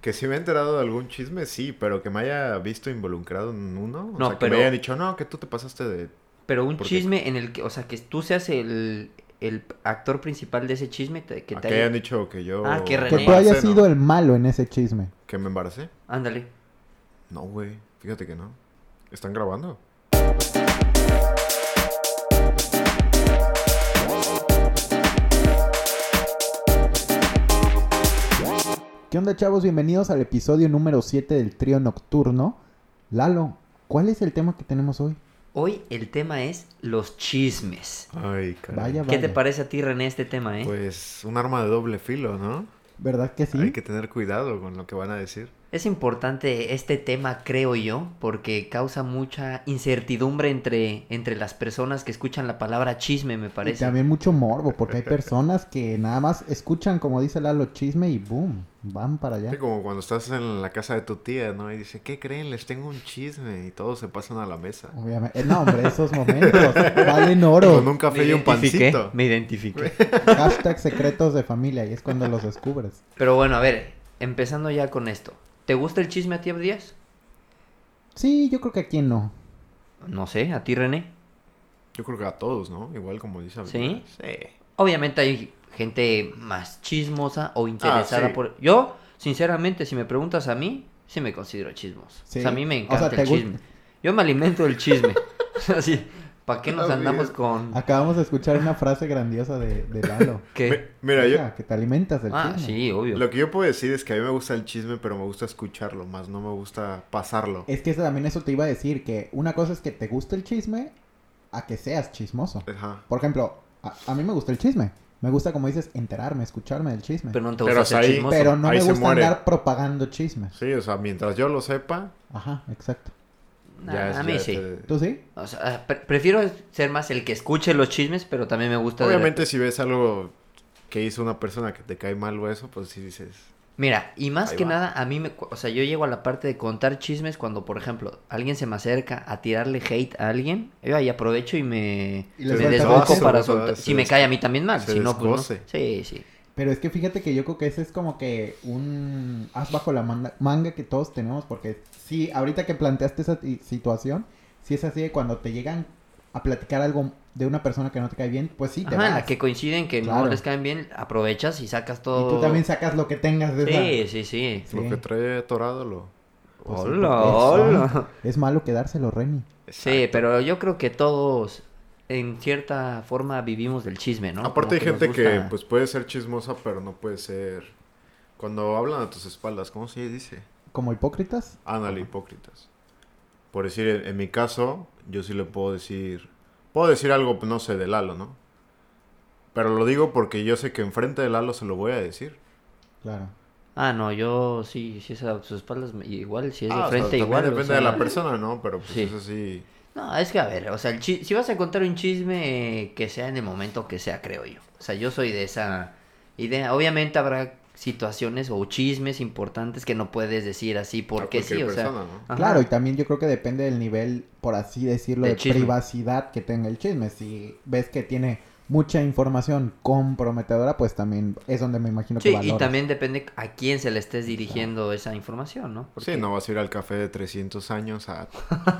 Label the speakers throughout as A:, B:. A: Que si me he enterado de algún chisme, sí, pero que me haya visto involucrado en uno. O
B: No,
A: sea, que
B: pero-
A: me haya dicho, no, que tú te pasaste de.
B: Pero un
A: ¿Por qué?
B: chisme en el que, o sea, que tú seas el, el actor principal de ese chisme, te- que
A: a
B: te
A: que
B: haya-
A: hayan dicho que yo.
B: Ah, que
A: me
B: René.
C: Que tú hayas
A: embaracé, ¿no?
C: Pues sido el malo en ese chisme.
A: ¿Que me embaracé?
B: Ándale.
A: No, güey. Fíjate que no. ¿Están grabando?
C: ¿Qué onda, chavos? Bienvenidos al episodio número 7 del trío nocturno. Lalo, ¿cuál es el tema que tenemos hoy?
B: Hoy el tema es los chismes.
A: Ay, caray.
C: Vaya,
B: ¿Qué
C: vaya.
B: te parece a ti, René, este tema, eh?
A: Pues un arma de doble filo, ¿no?
C: ¿Verdad que sí?
A: Hay que tener cuidado con lo que van a decir.
B: Es importante este tema, creo yo, porque causa mucha incertidumbre entre, entre las personas que escuchan la palabra chisme, me
C: Y
B: parece.
C: también mucho morbo, porque hay personas que nada más escuchan, como dice Lalo, chisme y boom, van para allá.
A: Sí, como cuando estás en la casa de tu tía, ¿no? Y dice, ¿qué creen? Les tengo un chisme. Y todos se pasan a la mesa.
C: Obviamente. Eh, No, hombre, esos momentos valen oro.
A: Con un café y un
B: identifiqué,
A: pancito.
B: Me identifiqué.
C: Hashtag secretos de familia y es cuando los descubres.
B: Pero bueno, a ver, empezando ya con esto. ¿Te gusta el chisme a ti, Díaz?
C: Sí, yo creo que a quién no.
B: No sé, a ti, René.
A: Yo creo que a todos, ¿no? Igual como dice
B: ¿Sí?
A: Abdala. Sí.
B: Obviamente hay gente más chismosa o interesada
A: Ah, sí.
B: por... Yo, sinceramente, si me preguntas a mí, sí me considero chismoso.
C: Sí.
B: O sea, a mí me
C: O sea,
B: encanta
C: ¿te
B: el
C: gusta?
B: chisme. Yo me alimento del chisme. Así, ¿para qué nos
A: Está
B: andamos
A: bien.
B: con...?
C: Acabamos de escuchar una frase grandiosa de, de Lalo.
B: ¿Qué?
A: Mi- Mira, yo,
C: Mira, que te alimentas del
B: Ah,
C: chisme.
B: sí, obvio.
A: Lo que yo puedo decir es que a mí me gusta el chisme, pero me gusta escucharlo, más no me gusta pasarlo.
B: Eh.
C: Es que eso también eso te iba a decir, que una cosa es que te guste el chisme a que seas chismoso.
A: Ajá.
C: Por ejemplo, a, a mí me gusta el chisme. Me gusta, como dices, enterarme, escucharme del chisme.
B: Pero
C: Pero,
B: no te
A: Pero
B: gusta ser
A: hasta ahí-
B: chismoso.
C: no
A: ahí
C: me
A: se
C: gusta
A: muere.
C: andar propagando chismes.
A: Sí, o sea, mientras yo lo sepa,
C: Ajá, exacto.
B: Nah,
A: ya es-
B: a mí
A: ya
B: sí.
A: te-
C: ¿Tú sí?
B: O sea, pre- prefiero ser más el que escuche los chismes, pero también me gusta... de-
A: Obviamente si ves algo que hizo una persona que te cae mal o eso, pues sí dices,
B: Mira, y más
A: Ahí
B: que
A: va.
B: nada, a mí me... cu- O sea, yo llego a la parte de contar chismes cuando, por ejemplo, alguien se me acerca a tirarle hate a alguien. Yo ahí aprovecho y me,
C: Y
B: me
C: les sueltas
B: desboco
C: hate.
B: para
A: Se
B: soltar.
A: se
B: Si me
A: des-
B: cae a mí también mal,
A: se
B: si no, pues no.
A: descoce.
B: Sí, sí.
C: Pero es que fíjate que yo creo que ese es como que un as bajo la manga, manga que todos tenemos, porque sí, ahorita que planteaste esa ti- situación, sí es así de cuando te llegan a platicar algo de una persona que no te cae bien, pues sí, te
B: Ajá, en
C: vas.
B: la que coinciden que no
C: Claro.
B: les caen bien, aprovechas y sacas todo.
C: Y tú también sacas lo que tengas de esa-
B: Sí, sí, sí.
C: Sí.
A: lo que trae atorado lo...
C: Pues sí,
B: hola,
C: porque son-
B: hola.
C: Es malo quedárselo, Reni.
B: Sí,
A: Exacto.
B: pero yo creo que todos, en cierta forma, vivimos del chisme, ¿no?
A: Aparte hay
B: Como
A: gente
B: nos
A: que
B: gusta-
A: pues puede ser chismosa, pero no puede ser... Cuando hablan a tus espaldas, ¿cómo se dice?
C: ¿Como hipócritas?
A: Ándale, hipócritas. Por decir, en, en mi caso, yo sí le puedo decir. Puedo decir algo, no sé, de Lalo, ¿no? Pero lo digo porque yo sé que enfrente de Lalo se lo voy a decir.
C: Claro.
B: Ah, no, yo sí, si es a sus espaldas, me- igual, si es
A: Ah,
B: de
A: o sea,
B: frente,
A: también
B: igual. o
A: depende de
B: sea,
A: la persona, ¿no? Pero pues
B: Sí.
A: eso sí.
B: No, es que a ver, o sea, el chi- si vas a contar un chisme, eh, que sea en el momento que sea, creo yo. O sea, yo soy de esa idea. Obviamente habrá situaciones o chismes importantes que no puedes decir así
A: a
B: porque sí,
A: cualquier
B: o sea.
A: persona, ¿no?
B: ajá.
C: Claro, y también yo creo que depende del nivel, por así decirlo,
B: De
C: de,
B: chisme.
C: privacidad que tenga el chisme. Si ves que tiene mucha información comprometedora, pues también es donde me imagino
B: Sí,
C: que
B: y
C: valoras.
B: también depende a quién se le estés dirigiendo esa información, ¿no?
A: Sí, no vas a ir al café de 300 años a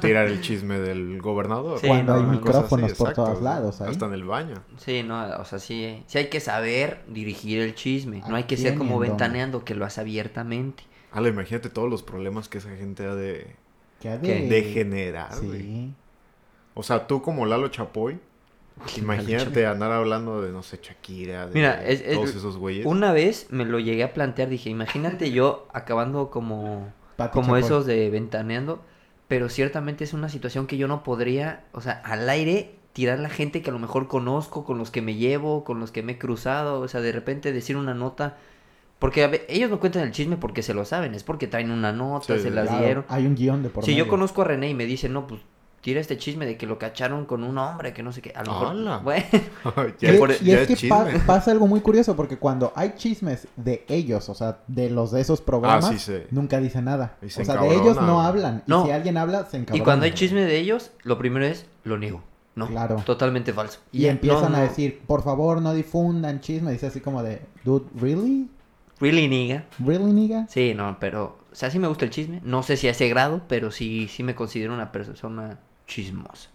A: tirar el chisme del gobernador.
B: Sí, Cuando no, hay no, no.
A: Cosas
C: micrófonos por todos lados, ahí.
A: Hasta en el baño.
B: Sí, no, o sea, sí, sí hay que saber dirigir el chisme.
C: ¿A
B: No hay que
C: quién
B: ser
C: y
B: como
C: en dónde?
B: ventaneando que lo hace abiertamente.
A: Ala, imagínate todos los problemas que esa gente ha de,
C: Que ha
B: que
C: de...
A: de generar, güey.
C: Sí.
A: O sea, tú como Lalo Chapoy, imagínate andar hablando de, no sé, Shakira, de
B: Mira, es- es-
A: todos esos güeyes.
B: Una vez me lo llegué a plantear, dije, imagínate yo acabando como
C: Pati
B: como
C: Chapoy.
B: esos de ventaneando, pero ciertamente es una situación que yo no podría, o sea, al aire tirar la gente que a lo mejor conozco, con los que me llevo, con los que me he cruzado, o sea, de repente decir una nota, porque a ve- ellos no cuentan el chisme porque se lo saben, es porque traen una nota,
A: Sí,
B: se las
C: Claro,
B: dieron.
C: Hay un guión de por
B: Si yo
C: medio.
B: conozco a René y me dice, no, pues tira este chisme de que lo cacharon con un hombre, que no sé qué, a lo
A: ¡Hala!
B: mejor... Bueno,
C: Y,
A: ya,
C: es-
A: por-
C: y
A: ya Ah,
C: es que pa- pasa algo muy curioso, porque cuando hay chismes de ellos, o sea, de los de
B: Ah,
C: esos programas,
A: sí, sí.
C: nunca dicen nada.
A: Y
C: O
A: se
C: sea, de ellos
A: encabronan,
C: no
A: güey.
C: hablan.
B: No.
C: Y si alguien habla, se
B: y
C: encabronan.
B: cuando hay chisme de ellos, lo primero es, lo niego. No,
C: Claro.
B: totalmente falso.
C: Y
B: ya, no,
C: empiezan a
B: no.
C: decir, por favor, no difundan chisme. Dice así como de, dude, ¿really?
B: Really, nigga.
C: ¿Really, nigga?
B: Sí, no, pero. O sea, sí me gusta el chisme. No sé si a ese grado, pero sí, sí me considero una persona chismosa.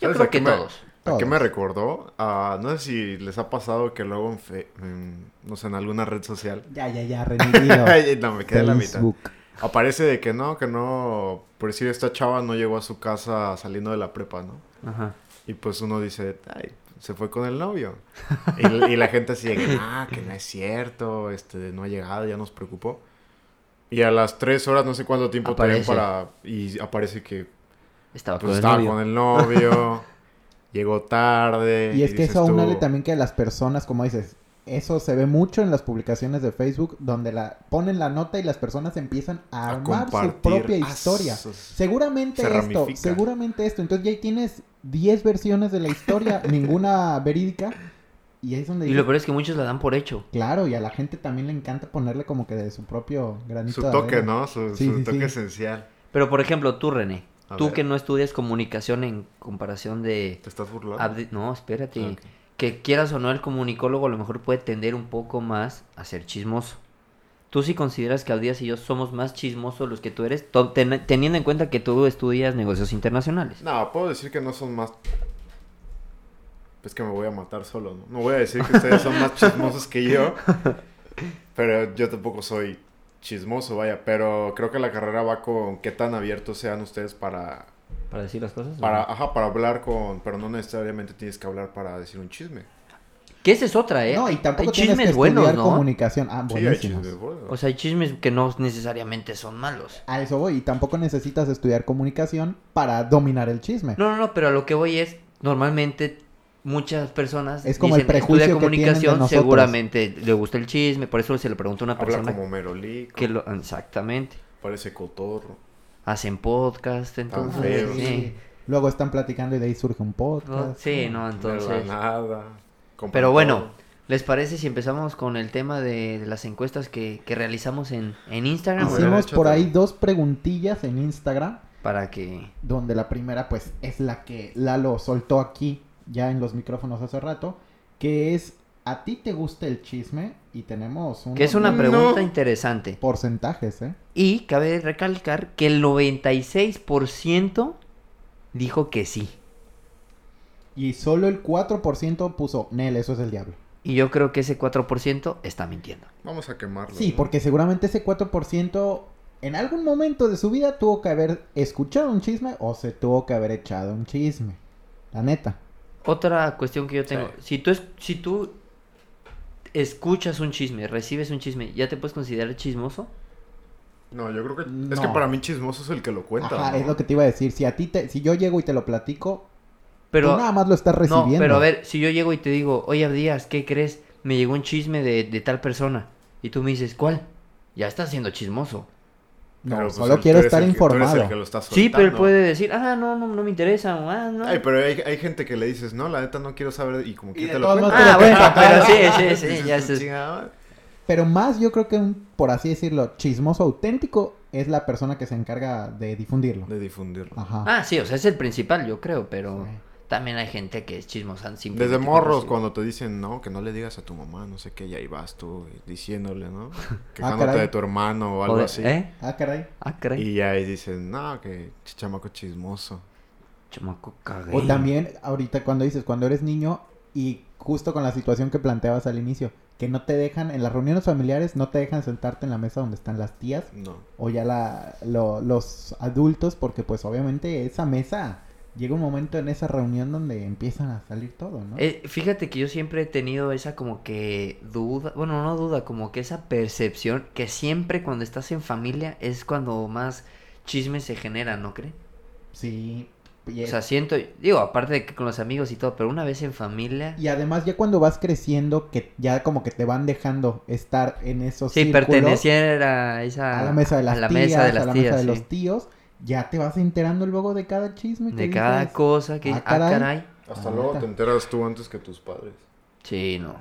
B: Yo
A: ¿Sabes
B: creo
A: a qué
B: que
A: me-
B: todos.
A: ¿A qué
C: Todos.
A: me recordó? Ah, no sé si les ha pasado que luego en, fe- en, no sé, en alguna red social.
C: Ya, ya, ya, rendido.
A: Ay, no, me quedé en la mitad.
C: Facebook.
A: Aparece de que no, que no. Por decir, esta chava no llegó a su casa saliendo de la prepa, ¿no?
B: Ajá.
A: Y pues uno dice, ay, se fue con el novio. Y, y la gente así de que, ah, que no es cierto, este, no ha llegado, ya nos preocupó. Y a las tres horas, no sé cuánto tiempo tenían
B: Aparece.
A: para. Y aparece que
B: Estaba
A: pues,
B: con el
A: estaba
B: novio.
A: con el novio, llegó tarde.
C: Y es que
A: dices
C: eso aúnale
A: tú,
C: también que las personas, como dices, eso se ve mucho en las publicaciones de Facebook, donde la ponen la nota y las personas empiezan a,
A: A
C: armar su
A: compartir.
C: propia
A: Ah,
C: historia.
A: sus-
C: Seguramente
A: se
C: esto,
A: ramifica.
C: seguramente esto. Entonces ya ahí tienes 10 versiones de la historia, ninguna verídica. Y ahí es donde
B: Y
C: dices,
B: lo peor es que muchos la dan por hecho.
C: claro, y a la gente también le encanta ponerle como que de su propio granito
A: Su
C: de
A: toque,
C: arena.
A: ¿no? Su,
C: Sí,
A: su
C: sí,
A: toque
C: sí.
A: esencial.
B: Pero por ejemplo, tú, René,
A: A
B: tú
A: ver.
B: que no estudias comunicación en comparación de.
A: ¿Te estás burlando?
B: Abdi- No, espérate.
A: Ah, ok.
B: Que quieras o no, el comunicólogo a lo mejor puede tender un poco más a ser chismoso. ¿Tú sí consideras que Abdías y yo somos más chismosos los que tú eres, to- ten- teniendo en cuenta que tú estudias negocios internacionales?
A: No, puedo decir que no son más. Es que me voy a matar solo, ¿no? No voy a decir que ustedes son más chismosos que yo. Pero yo tampoco soy chismoso, vaya. Pero creo que la carrera va con qué tan abiertos sean ustedes para.
B: Para decir las cosas.
A: para ajá, para hablar con. Pero no necesariamente tienes que hablar para decir un chisme.
B: Que esa es otra, ¿eh?
C: No, y tampoco
B: hay
C: tienes que
B: chismes
C: estudiar
B: buenos, ¿no?
C: comunicación. Ah,
A: Sí, hay
C: buenísimos.
A: chismes, bueno.
B: O sea, hay chismes que no necesariamente son malos.
C: a eso voy. Y tampoco necesitas estudiar comunicación para dominar el chisme.
B: No, no, no, pero a lo que voy es, normalmente muchas personas
C: Es como el prejuicio
B: estudia
C: que tienen de
B: comunicación,
C: nosotros".
B: seguramente le gusta el chisme, por eso se le pregunta a una
A: Habla
B: persona
A: como Merolico,
B: que lo... Exactamente.
A: parece cotorro.
B: hacen podcast,
C: Ah,
A: Tan
B: entonces.
A: feos.
B: sí.
C: sí. Ah, Luego están platicando y de ahí surge un
B: No,
C: podcast.
B: sí,
A: De
B: no,
A: la
B: entonces.
A: nada. compran
B: Pero bueno,
A: todo.
B: ¿les parece si empezamos con el tema de, de las encuestas que, que realizamos en, en
A: Ah,
B: Instagram?
A: bueno.
C: Hicimos
A: échate.
C: por ahí dos preguntillas en Instagram,
B: Para que.
C: donde la primera pues es la que Lalo soltó aquí ya en los micrófonos hace rato, que es ¿a ti te gusta el chisme? Y tenemos un
B: Que es una
A: No.
B: pregunta interesante.
C: porcentajes, ¿eh?
B: Y cabe recalcar que el 96% dijo que sí.
C: Y solo el 4% puso Nel, eso es el diablo.
B: Y yo creo que ese 4% está mintiendo.
A: Vamos a quemarlo.
C: Sí,
A: ¿no?
C: porque seguramente ese 4% en algún momento de su vida tuvo que haber escuchado un chisme o se tuvo que haber echado un chisme. La neta.
B: Otra cuestión que yo tengo.
A: Sí.
B: Si, tú es, si tú escuchas un chisme, recibes un chisme, ¿ya te puedes considerar chismoso?
A: No, yo creo que. Es que
C: No.
A: para mí chismoso es el que lo cuenta.
C: Ajá,
A: ¿no?
C: es lo que te iba a decir. Si a ti te, si yo llego y te lo platico,
B: Pero
C: tú nada más lo estás
B: No,
C: recibiendo.
B: pero a ver, si yo llego y te digo, oye Abdías, ¿qué crees? Me llegó un chisme de, de tal persona. Y tú me dices, ¿cuál? Ya estás siendo chismoso.
C: No,
A: Pero, pues,
C: solo
A: él- tú
C: quiero
A: eres
C: estar
A: el que- tú eres el
C: informado.
A: que lo está
B: Sí, pero él
A: soltando.
B: puede decir, ah, no, no, no me interesa, o, ah, no.
A: Ay, pues, pero hay, hay gente que le dices, no, la neta no quiero saber y como que
C: Y de
A: te lo
C: todos
A: cuenta.
C: modos
B: ah,
C: pero-
B: bueno, pero sí, sí, sí,
A: Dices,
B: ya
A: "Pues,
B: estás...
A: chingada".
C: Pero más yo creo que un, por así decirlo, chismoso auténtico es la persona que se encarga de difundirlo.
A: De difundirlo.
C: Ajá.
B: Ah, sí, o sea, es el principal, yo creo, pero
C: Sí.
B: también hay gente que es chismosa. simplemente
A: Desde
B: por
A: morros,
B: recibir.
A: cuando te dicen, no, que no le digas a tu mamá, no sé qué, y ahí vas tú eh, diciéndole, ¿no? Quejándote
C: caray.
A: de tu hermano o algo
B: Ah, Joder,
A: así.
B: ¿Eh?
C: Ah, caray.
B: Ah, caray.
A: Y ahí dicen, no, que ch- chamaco chismoso.
B: Chamaco cagué.
C: O también, ahorita cuando dices, cuando eres niño y justo con la situación que planteabas al inicio, que no te dejan, en las reuniones familiares no te dejan sentarte en la mesa donde están las tías
A: No.
C: o ya la, lo- los adultos, porque pues obviamente esa mesa, llega un momento en esa reunión donde empiezan a salir todo, ¿no?
B: Eh, fíjate que yo siempre he tenido esa como que duda, bueno, no duda, como que esa percepción que siempre cuando estás en familia es cuando más chismes se generan, ¿no creen?
C: Sí. Y,
B: O sea, siento, digo, aparte de que con los amigos y todo, pero una vez en familia,
C: y además ya cuando vas creciendo, que ya como que te van dejando estar en esos
B: sí,
C: círculos,
B: perteneciera a esa...
C: a la mesa de las
B: a la
C: tías,
B: mesa de las
C: a la
B: tías,
C: mesa de
B: sí.
C: los tíos, ya te vas enterando luego de cada chisme. que
B: De cada
C: dices,
B: cosa que...
C: "Ah,
B: Ah, caray.
C: caray".
A: Hasta
C: Ah,
A: luego
C: neta.
A: te enteras tú antes que tus padres.
B: Sí, no.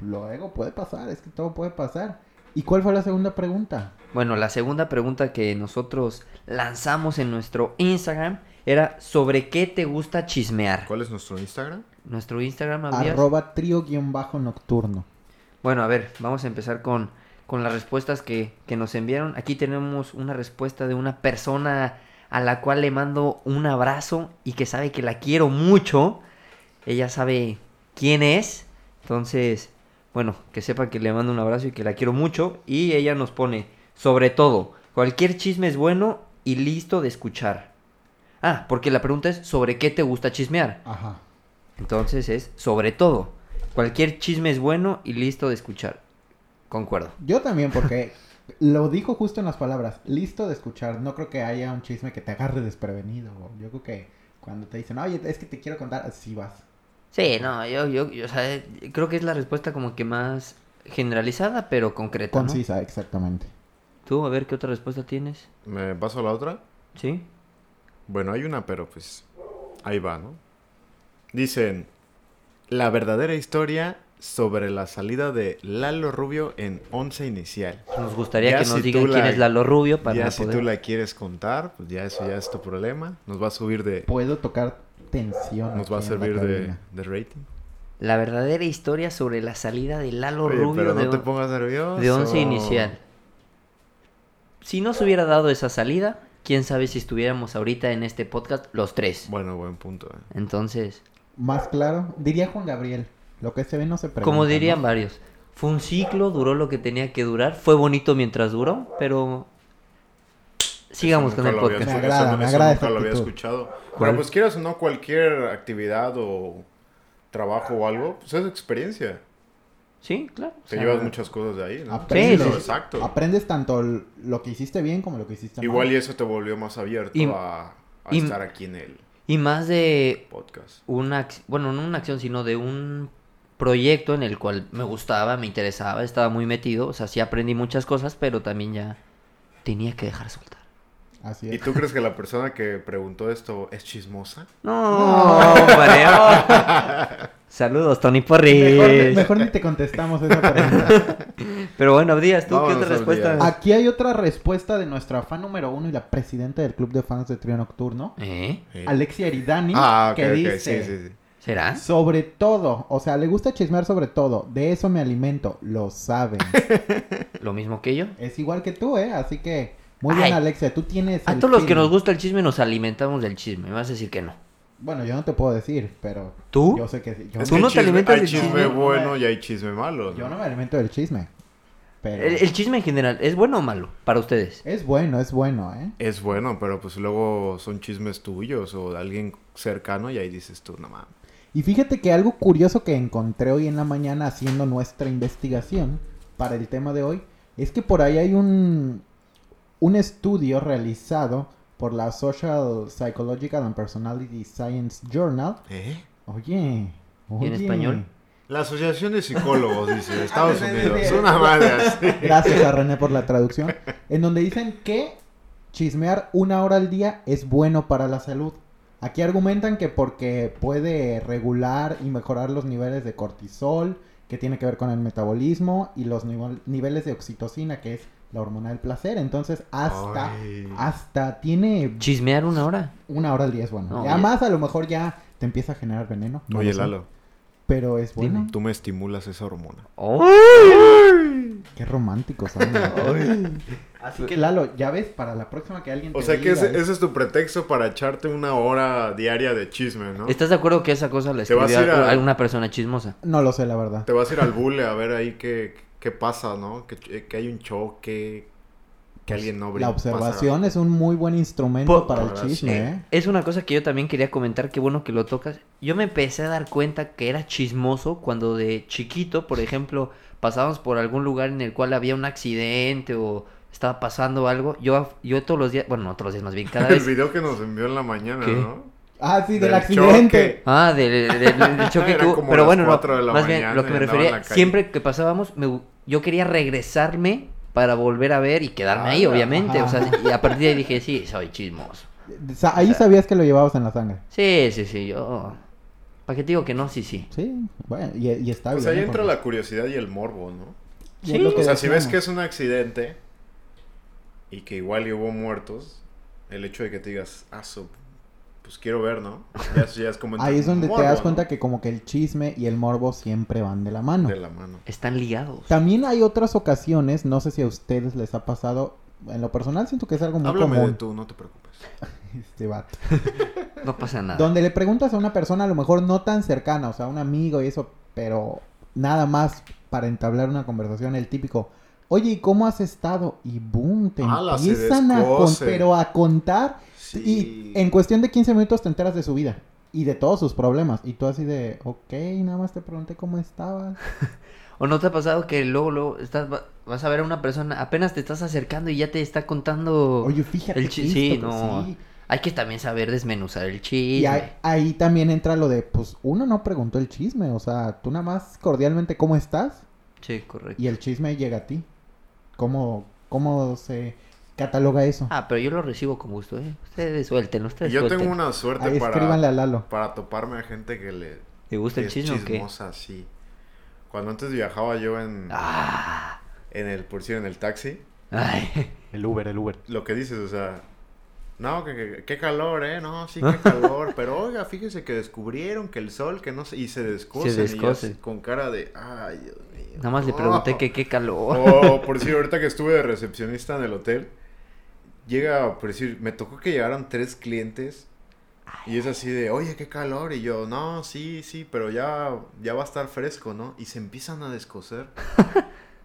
C: Luego puede pasar, es que todo puede pasar. ¿Y cuál fue la segunda pregunta?
B: Bueno, la segunda pregunta que nosotros lanzamos en nuestro Instagram era sobre qué te gusta chismear.
A: ¿Cuál es nuestro Instagram?
B: Nuestro Instagram, Abdias?
C: Arroba trío guión bajo nocturno.
B: Bueno, a ver, vamos a empezar con con las respuestas que, que nos enviaron. Aquí tenemos una respuesta de una persona a la cual le mando un abrazo y que sabe que la quiero mucho. Ella sabe quién es. Entonces, bueno, que sepa que le mando un abrazo y que la quiero mucho. Y ella nos pone, sobre todo, cualquier chisme es bueno y listo de escuchar. Ah, porque la pregunta es, ¿sobre qué te gusta chismear?
C: Ajá.
B: Entonces es, sobre todo, cualquier chisme es bueno y listo de escuchar. Concuerdo.
C: Yo también, porque lo dijo justo en las palabras, listo de escuchar. No creo que haya un chisme que te agarre desprevenido. Yo creo que cuando te dicen, oye, es que te quiero contar, así vas.
B: Sí, no, yo, yo, yo, o sea, eh, creo que es la respuesta como que más generalizada, pero concreta, ¿no?
C: Concisa, exactamente.
B: Tú, a ver qué otra respuesta tienes.
A: ¿Me paso a la otra?
B: ¿Sí?
A: Bueno, hay una, pero pues ahí va, ¿no? Dicen, la verdadera historia sobre la salida de Lalo Rubio en Once Inicial.
B: Nos gustaría
A: Ya
B: que nos
A: si
B: digan
A: tú
B: quién
A: la-
B: es Lalo Rubio para
A: ya si
B: poder...
A: tú la quieres contar, pues ya eso ya es tu problema. Nos va a subir de...
C: Puedo tocar tensión.
A: Nos va a
C: aquí en la
A: servir de,
C: cabina.
A: de rating.
B: La verdadera historia sobre la salida de Lalo
A: Oye,
B: Rubio
A: pero
B: de,
A: no te
B: on-
A: pongas nervioso.
B: de Once Inicial. Si no se hubiera dado esa salida, quién sabe si estuviéramos ahorita en este podcast los tres.
A: Bueno, buen punto. eh.
B: Entonces,
C: Más claro, diría Juan Gabriel, lo que se ve no se pregunta.
B: como
C: ¿no?
B: dirían varios, fue un ciclo, duró lo que tenía que durar, fue bonito mientras duró, pero
A: Nunca
B: sigamos con el
A: lo había
B: podcast.
A: escuchado,
C: Me
A: eso
C: agrada, me
A: eso
C: agrada
A: Nunca
C: esa
A: lo había
C: actitud.
A: escuchado.
B: ¿Cuál?
A: Pero pues quieras o no, cualquier actividad o trabajo o algo, pues es experiencia.
B: Sí, claro. o
A: Te
B: sea,
A: llevas muchas cosas de ahí, ¿no?
C: Aprendes,
B: Sí, sí, sí.
A: Exacto.
C: aprendes tanto l- lo que hiciste bien como lo que hiciste mal.
A: Igual y eso te volvió más abierto
B: Y-
A: a, a
B: y-
A: estar aquí en el
B: Y más de
A: podcast.
B: una, ac- bueno, no una acción, sino de un proyecto en el cual me gustaba, me interesaba, estaba muy metido, o sea, sí aprendí muchas cosas, pero también ya tenía que dejar soltar.
C: Así
A: ¿Y
C: es.
A: tú crees que la persona que preguntó esto es chismosa?
B: No, hombre. oh. Saludos, Tony Porris.
C: Mejor, ni- mejor ni te contestamos esa pregunta.
B: Pero bueno, Díaz, ¿tú qué
A: Vámonos
B: otra
A: al
B: respuesta?
A: Díaz.
C: Aquí hay otra respuesta de nuestra fan número uno y la presidenta del club de fans de Trío Nocturno,
B: ¿Eh?
A: Sí.
C: Alexia Eridani,
A: Ah, ok,
C: que
A: ok,
C: dice...
A: sí, sí, sí.
B: ¿Será?
C: Sobre todo, o sea, le gusta chismear sobre todo. De eso me alimento, lo saben.
B: ¿Lo mismo que yo?
C: es igual que tú, ¿eh? Así que, muy
B: Ay.
C: bien, Alexia, tú tienes.
B: A
C: el
B: todos los que
C: feeling.
B: nos gusta el chisme nos alimentamos del chisme. Me vas a decir que no.
C: Bueno, yo no te puedo decir, pero.
B: ¿Tú?
C: Yo sé que sí. Yo,
A: Es
B: ¿Tú
A: que
B: no
A: hay
B: te
A: chisme-
B: alimentas
A: Hay
B: de
A: chisme,
B: chisme?
A: bueno y hay chisme malo. ¿no?
C: yo no me alimento del chisme. Pero.
B: El, el chisme en general, ¿es bueno o malo para ustedes?
C: Es bueno, es bueno, ¿eh?
A: Es bueno, pero pues luego son chismes tuyos o de alguien cercano y ahí dices tú, no mames.
C: Y fíjate que algo curioso que encontré hoy en la mañana haciendo nuestra investigación para el tema de hoy es que por ahí hay un, un estudio realizado por la Social Psychological and Personality Science Journal.
A: ¿Eh?
C: Oye, oye.
B: en español?
A: La Asociación de Psicólogos, dice, de Estados
C: Ah, sí, sí,
A: Unidos.
C: sí.
A: Una madre así.
C: Gracias a René por la traducción. En donde dicen que chismear una hora al día es bueno para la salud. Aquí argumentan que porque puede regular y mejorar los niveles de cortisol, que tiene que ver con el metabolismo, y los nivel- niveles de oxitocina, que es la hormona del placer. Entonces, hasta,
A: Ay.
C: hasta tiene
B: ¿Chismear una hora?
C: una hora al día es bueno.
B: No,
C: ya
B: oye.
C: más, a lo mejor ya te empieza a generar veneno. no
A: Oye,
C: lo sé,
A: Lalo,
C: Pero es bueno.
A: tú me estimulas esa hormona.
B: Oh.
C: Qué romántico, son. Así
B: pues.
C: que Lalo, ya ves, para la próxima que alguien te
A: O sea que
C: diga,
A: ese,
C: ¿eh?
A: ese es tu pretexto para echarte una hora diaria de chisme, ¿no?
B: ¿Estás de acuerdo que esa cosa la
A: Te vas
B: escribió
A: a ir a-
B: alguna persona chismosa?
C: No lo sé, la verdad.
A: Te vas a ir al bule a ver ahí qué, qué pasa, ¿no? Que, ch- que hay un choque, que alguien no
C: Pues, La
A: brinca- pasa.
C: observación es un muy buen instrumento
B: Po-
C: para el
A: Ahora sí.
C: chisme,
B: Eh,
C: ¿eh?
B: es una cosa que yo también quería comentar, qué bueno que lo tocas. Yo me empecé a dar cuenta que era chismoso cuando de chiquito, por ejemplo, pasábamos por algún lugar en el cual había un accidente o estaba pasando algo. Yo, yo todos los días, bueno, no todos los días más bien, cada
A: El
B: vez...
A: video que nos envió en la mañana,
B: ¿Qué?
A: ¿no?
C: Ah, sí, del,
A: Del
C: accidente.
B: Ah, del, del- del choque
A: Eran
B: que hubo.
A: como
B: Pero
A: las
B: bueno, no,
A: cuatro de la
B: más bien,
A: mañana
B: lo que
A: y
B: me
A: andaba en
B: refería,
A: la calle.
B: siempre que pasábamos, me, yo quería regresarme para volver a ver y quedarme ahí,
A: Ah,
B: obviamente. O
C: ajá.
B: sea, y a partir de ahí dije, sí, soy chismoso.
C: Sa- Ahí sabías que lo llevabas en la sangre.
B: Sí, sí, sí, yo... ¿Para qué te digo que no? Sí, sí.
C: Sí, bueno, y, y está
A: O
C: bien.
A: sea, ahí entra
C: porque-
A: la curiosidad y el morbo, ¿no?
C: y es lo que
A: O sea, si ves
C: decíamos.
A: que es un accidente y que igual y hubo muertos, el hecho de que te digas, ah, su pues quiero ver, ¿no? Ya, es- ya es como
C: Ahí es donde te das cuenta
A: que
C: que como que el chisme y el morbo siempre van de la mano.
A: De la mano.
B: Están ligados.
C: También hay otras ocasiones, no sé si a ustedes les ha pasado, en lo personal siento que es algo muy
A: Háblame de
C: común.
A: tú, no te preocupes.
C: Este vato.
B: No pasa nada.
C: Donde le preguntas a una persona a lo mejor no tan cercana, o sea, un amigo y eso, pero nada más para entablar una conversación, el típico, oye, ¿y cómo has estado? Y boom, te
A: Ala, se
C: empiezan a, con-
A: descose.
C: pero a contar
A: Sí.
C: Y en cuestión de 15 minutos te enteras de su vida y de todos sus problemas. Y tú así de, ok, nada más te pregunté cómo estabas.
B: ¿O no te ha pasado que luego, luego estás, va- vas a ver a una persona, apenas te estás acercando y ya te está contando...
C: Oye, fíjate.
B: Oh, el
C: que
B: chi-
C: esto,
B: sí,
C: que
B: no. Hay que también saber desmenuzar el chisme.
C: Y ahí, ahí también entra lo de, pues uno no preguntó el chisme, o sea, tú nada más cordialmente cómo estás
B: Sí, correcto.
C: y el chisme llega a ti. ¿Cómo, cómo se cataloga eso?
B: Ah, pero yo lo recibo con gusto, ¿eh? Ustedes suelten, ustedes
A: Yo
B: suelten.
A: tengo una suerte
C: ahí escríbanle
A: para,
C: a Lalo.
A: para toparme a gente que le
B: ¿Te gusta el
A: es
B: chisme o qué?
A: chismosa, sí. Cuando antes viajaba yo en,
B: Ah,
A: en el, por decir, en el taxi,
B: ay,
D: El Uber, el Uber.
A: lo que dices, o sea, no, que, que- qué calor, ¿eh? No, sí, qué calor. Pero oiga, fíjese que descubrieron que el sol, que no sé, y se descosen.
B: Se
A: y yo
B: descosen.
A: así con cara de, ay, Dios mío.
B: nada más le
A: no".
B: pregunté que qué calor.
A: O, por decir, ahorita que estuve de recepcionista en el hotel, llega, por decir, me tocó que llegaran tres clientes y es así de, oye, qué calor. Y yo, no, sí, sí, pero ya, ya va a estar fresco, ¿no? Y se empiezan a descoser.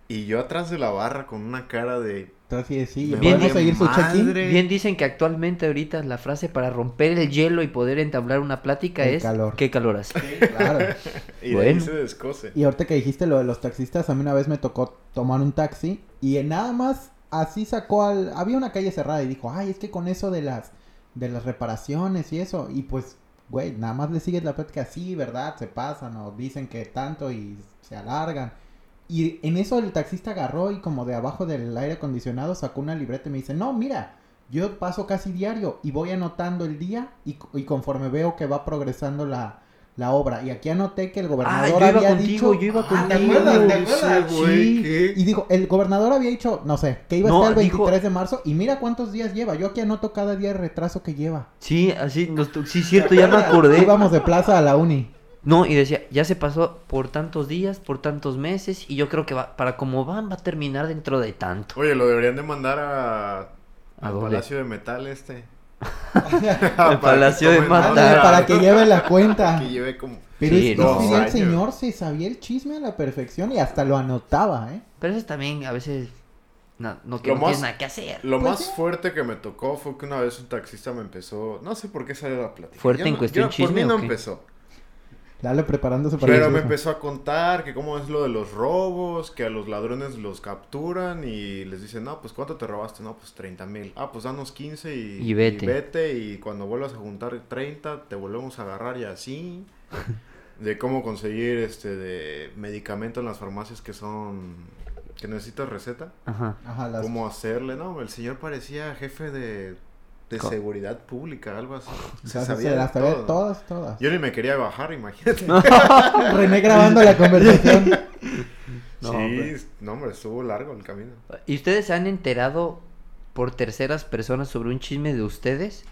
A: y yo atrás de la barra con una cara de...
C: Entonces, sí, sí,
A: me
B: Bien,
C: ¿podemos
A: vale
C: seguir su check-in?
A: madre.
B: Bien dicen que actualmente ahorita la frase para romper el hielo y poder entablar una plática
C: El
B: es...
C: calor.
B: ¿Qué calor hace?
C: Claro.
A: Y de ahí
B: Bueno.
A: se descose.
C: Y ahorita que dijiste lo de los taxistas, a mí una vez me tocó tomar un taxi y en nada más así sacó al... Había una calle cerrada y dijo, ay, es que con eso de las, de las reparaciones y eso, y pues, güey, nada más le sigues la plática así, ¿verdad? Se pasan o dicen que tanto y se alargan. Y en eso el taxista agarró y como de abajo del aire acondicionado sacó una libreta y me dice, no, mira, yo paso casi diario y voy anotando el día y, y conforme veo que va progresando la, la obra. Y aquí anoté que el
B: Ah, yo
C: gobernador
B: iba
C: había
B: contigo,
C: dicho...
B: yo iba
C: Ah, ¿te
B: contigo.
C: acuerdas? ¿Te
A: Sí,
C: acuerdas?
A: güey,
C: Sí.
A: ¿qué?
C: Y dijo, el gobernador había dicho, no sé, que iba a
B: No,
C: estar el
B: dijo-
C: 23 de marzo y mira cuántos días lleva. Yo aquí anoto cada día el retraso que lleva.
B: Sí, así, nos to- sí, cierto, ya me acordé.
C: Íbamos de plaza a la uni.
B: No, y decía, ya se pasó por tantos días, por tantos meses, y yo creo que va, para como van, va a terminar dentro de tanto.
A: Oye, lo deberían de mandar a... Al
B: dónde?
A: Palacio de Metal este.
B: Al Palacio de
A: Ah,
B: Metal.
C: Ándale, para que lleve la cuenta.
A: Que lleve como...
C: Pero
B: Sí,
C: es
B: no,
C: que sí, el
A: años.
C: señor se sabía el chisme a la perfección y hasta lo anotaba, ¿eh?
B: Pero eso también a veces no, no, que
A: Lo
B: no
A: más-
B: tienes nada que hacer.
A: Lo
C: Pues
A: más
C: sí.
A: fuerte que me tocó fue que una vez un taxista me empezó, no sé por qué salió la plática.
B: ¿Fuerte
A: Yo
B: en
A: no-
B: cuestión
A: yo- Por
B: chisme
A: mí
B: o
A: no
B: qué?
A: empezó.
C: Lalo preparándose para
A: Pero
C: el
A: me
C: chisme.
A: empezó a contar que cómo es lo de los robos, que a los ladrones los capturan y les dicen, no, pues ¿cuánto te robaste? No, pues 30 mil. Ah, pues danos 15 y,
B: Y vete.
A: y vete y cuando vuelvas a juntar 30 te volvemos a agarrar y así. de cómo conseguir este de medicamento en las farmacias que son... que necesitas receta.
B: Ajá.
C: Ajá, las-
A: cómo hacerle, ¿no? El señor parecía jefe de, de
B: Co-
A: seguridad pública, algo así.
C: las-
A: Se
C: se
A: sabía de
C: las sabía
A: todo.
C: todas, todas.
A: Yo ni me quería bajar, imagínate.
C: René grabando la conversación.
A: sí,
B: No, hombre.
A: no, hombre, estuvo largo el camino.
B: ¿Y ustedes se han enterado por terceras personas sobre un chisme de ustedes?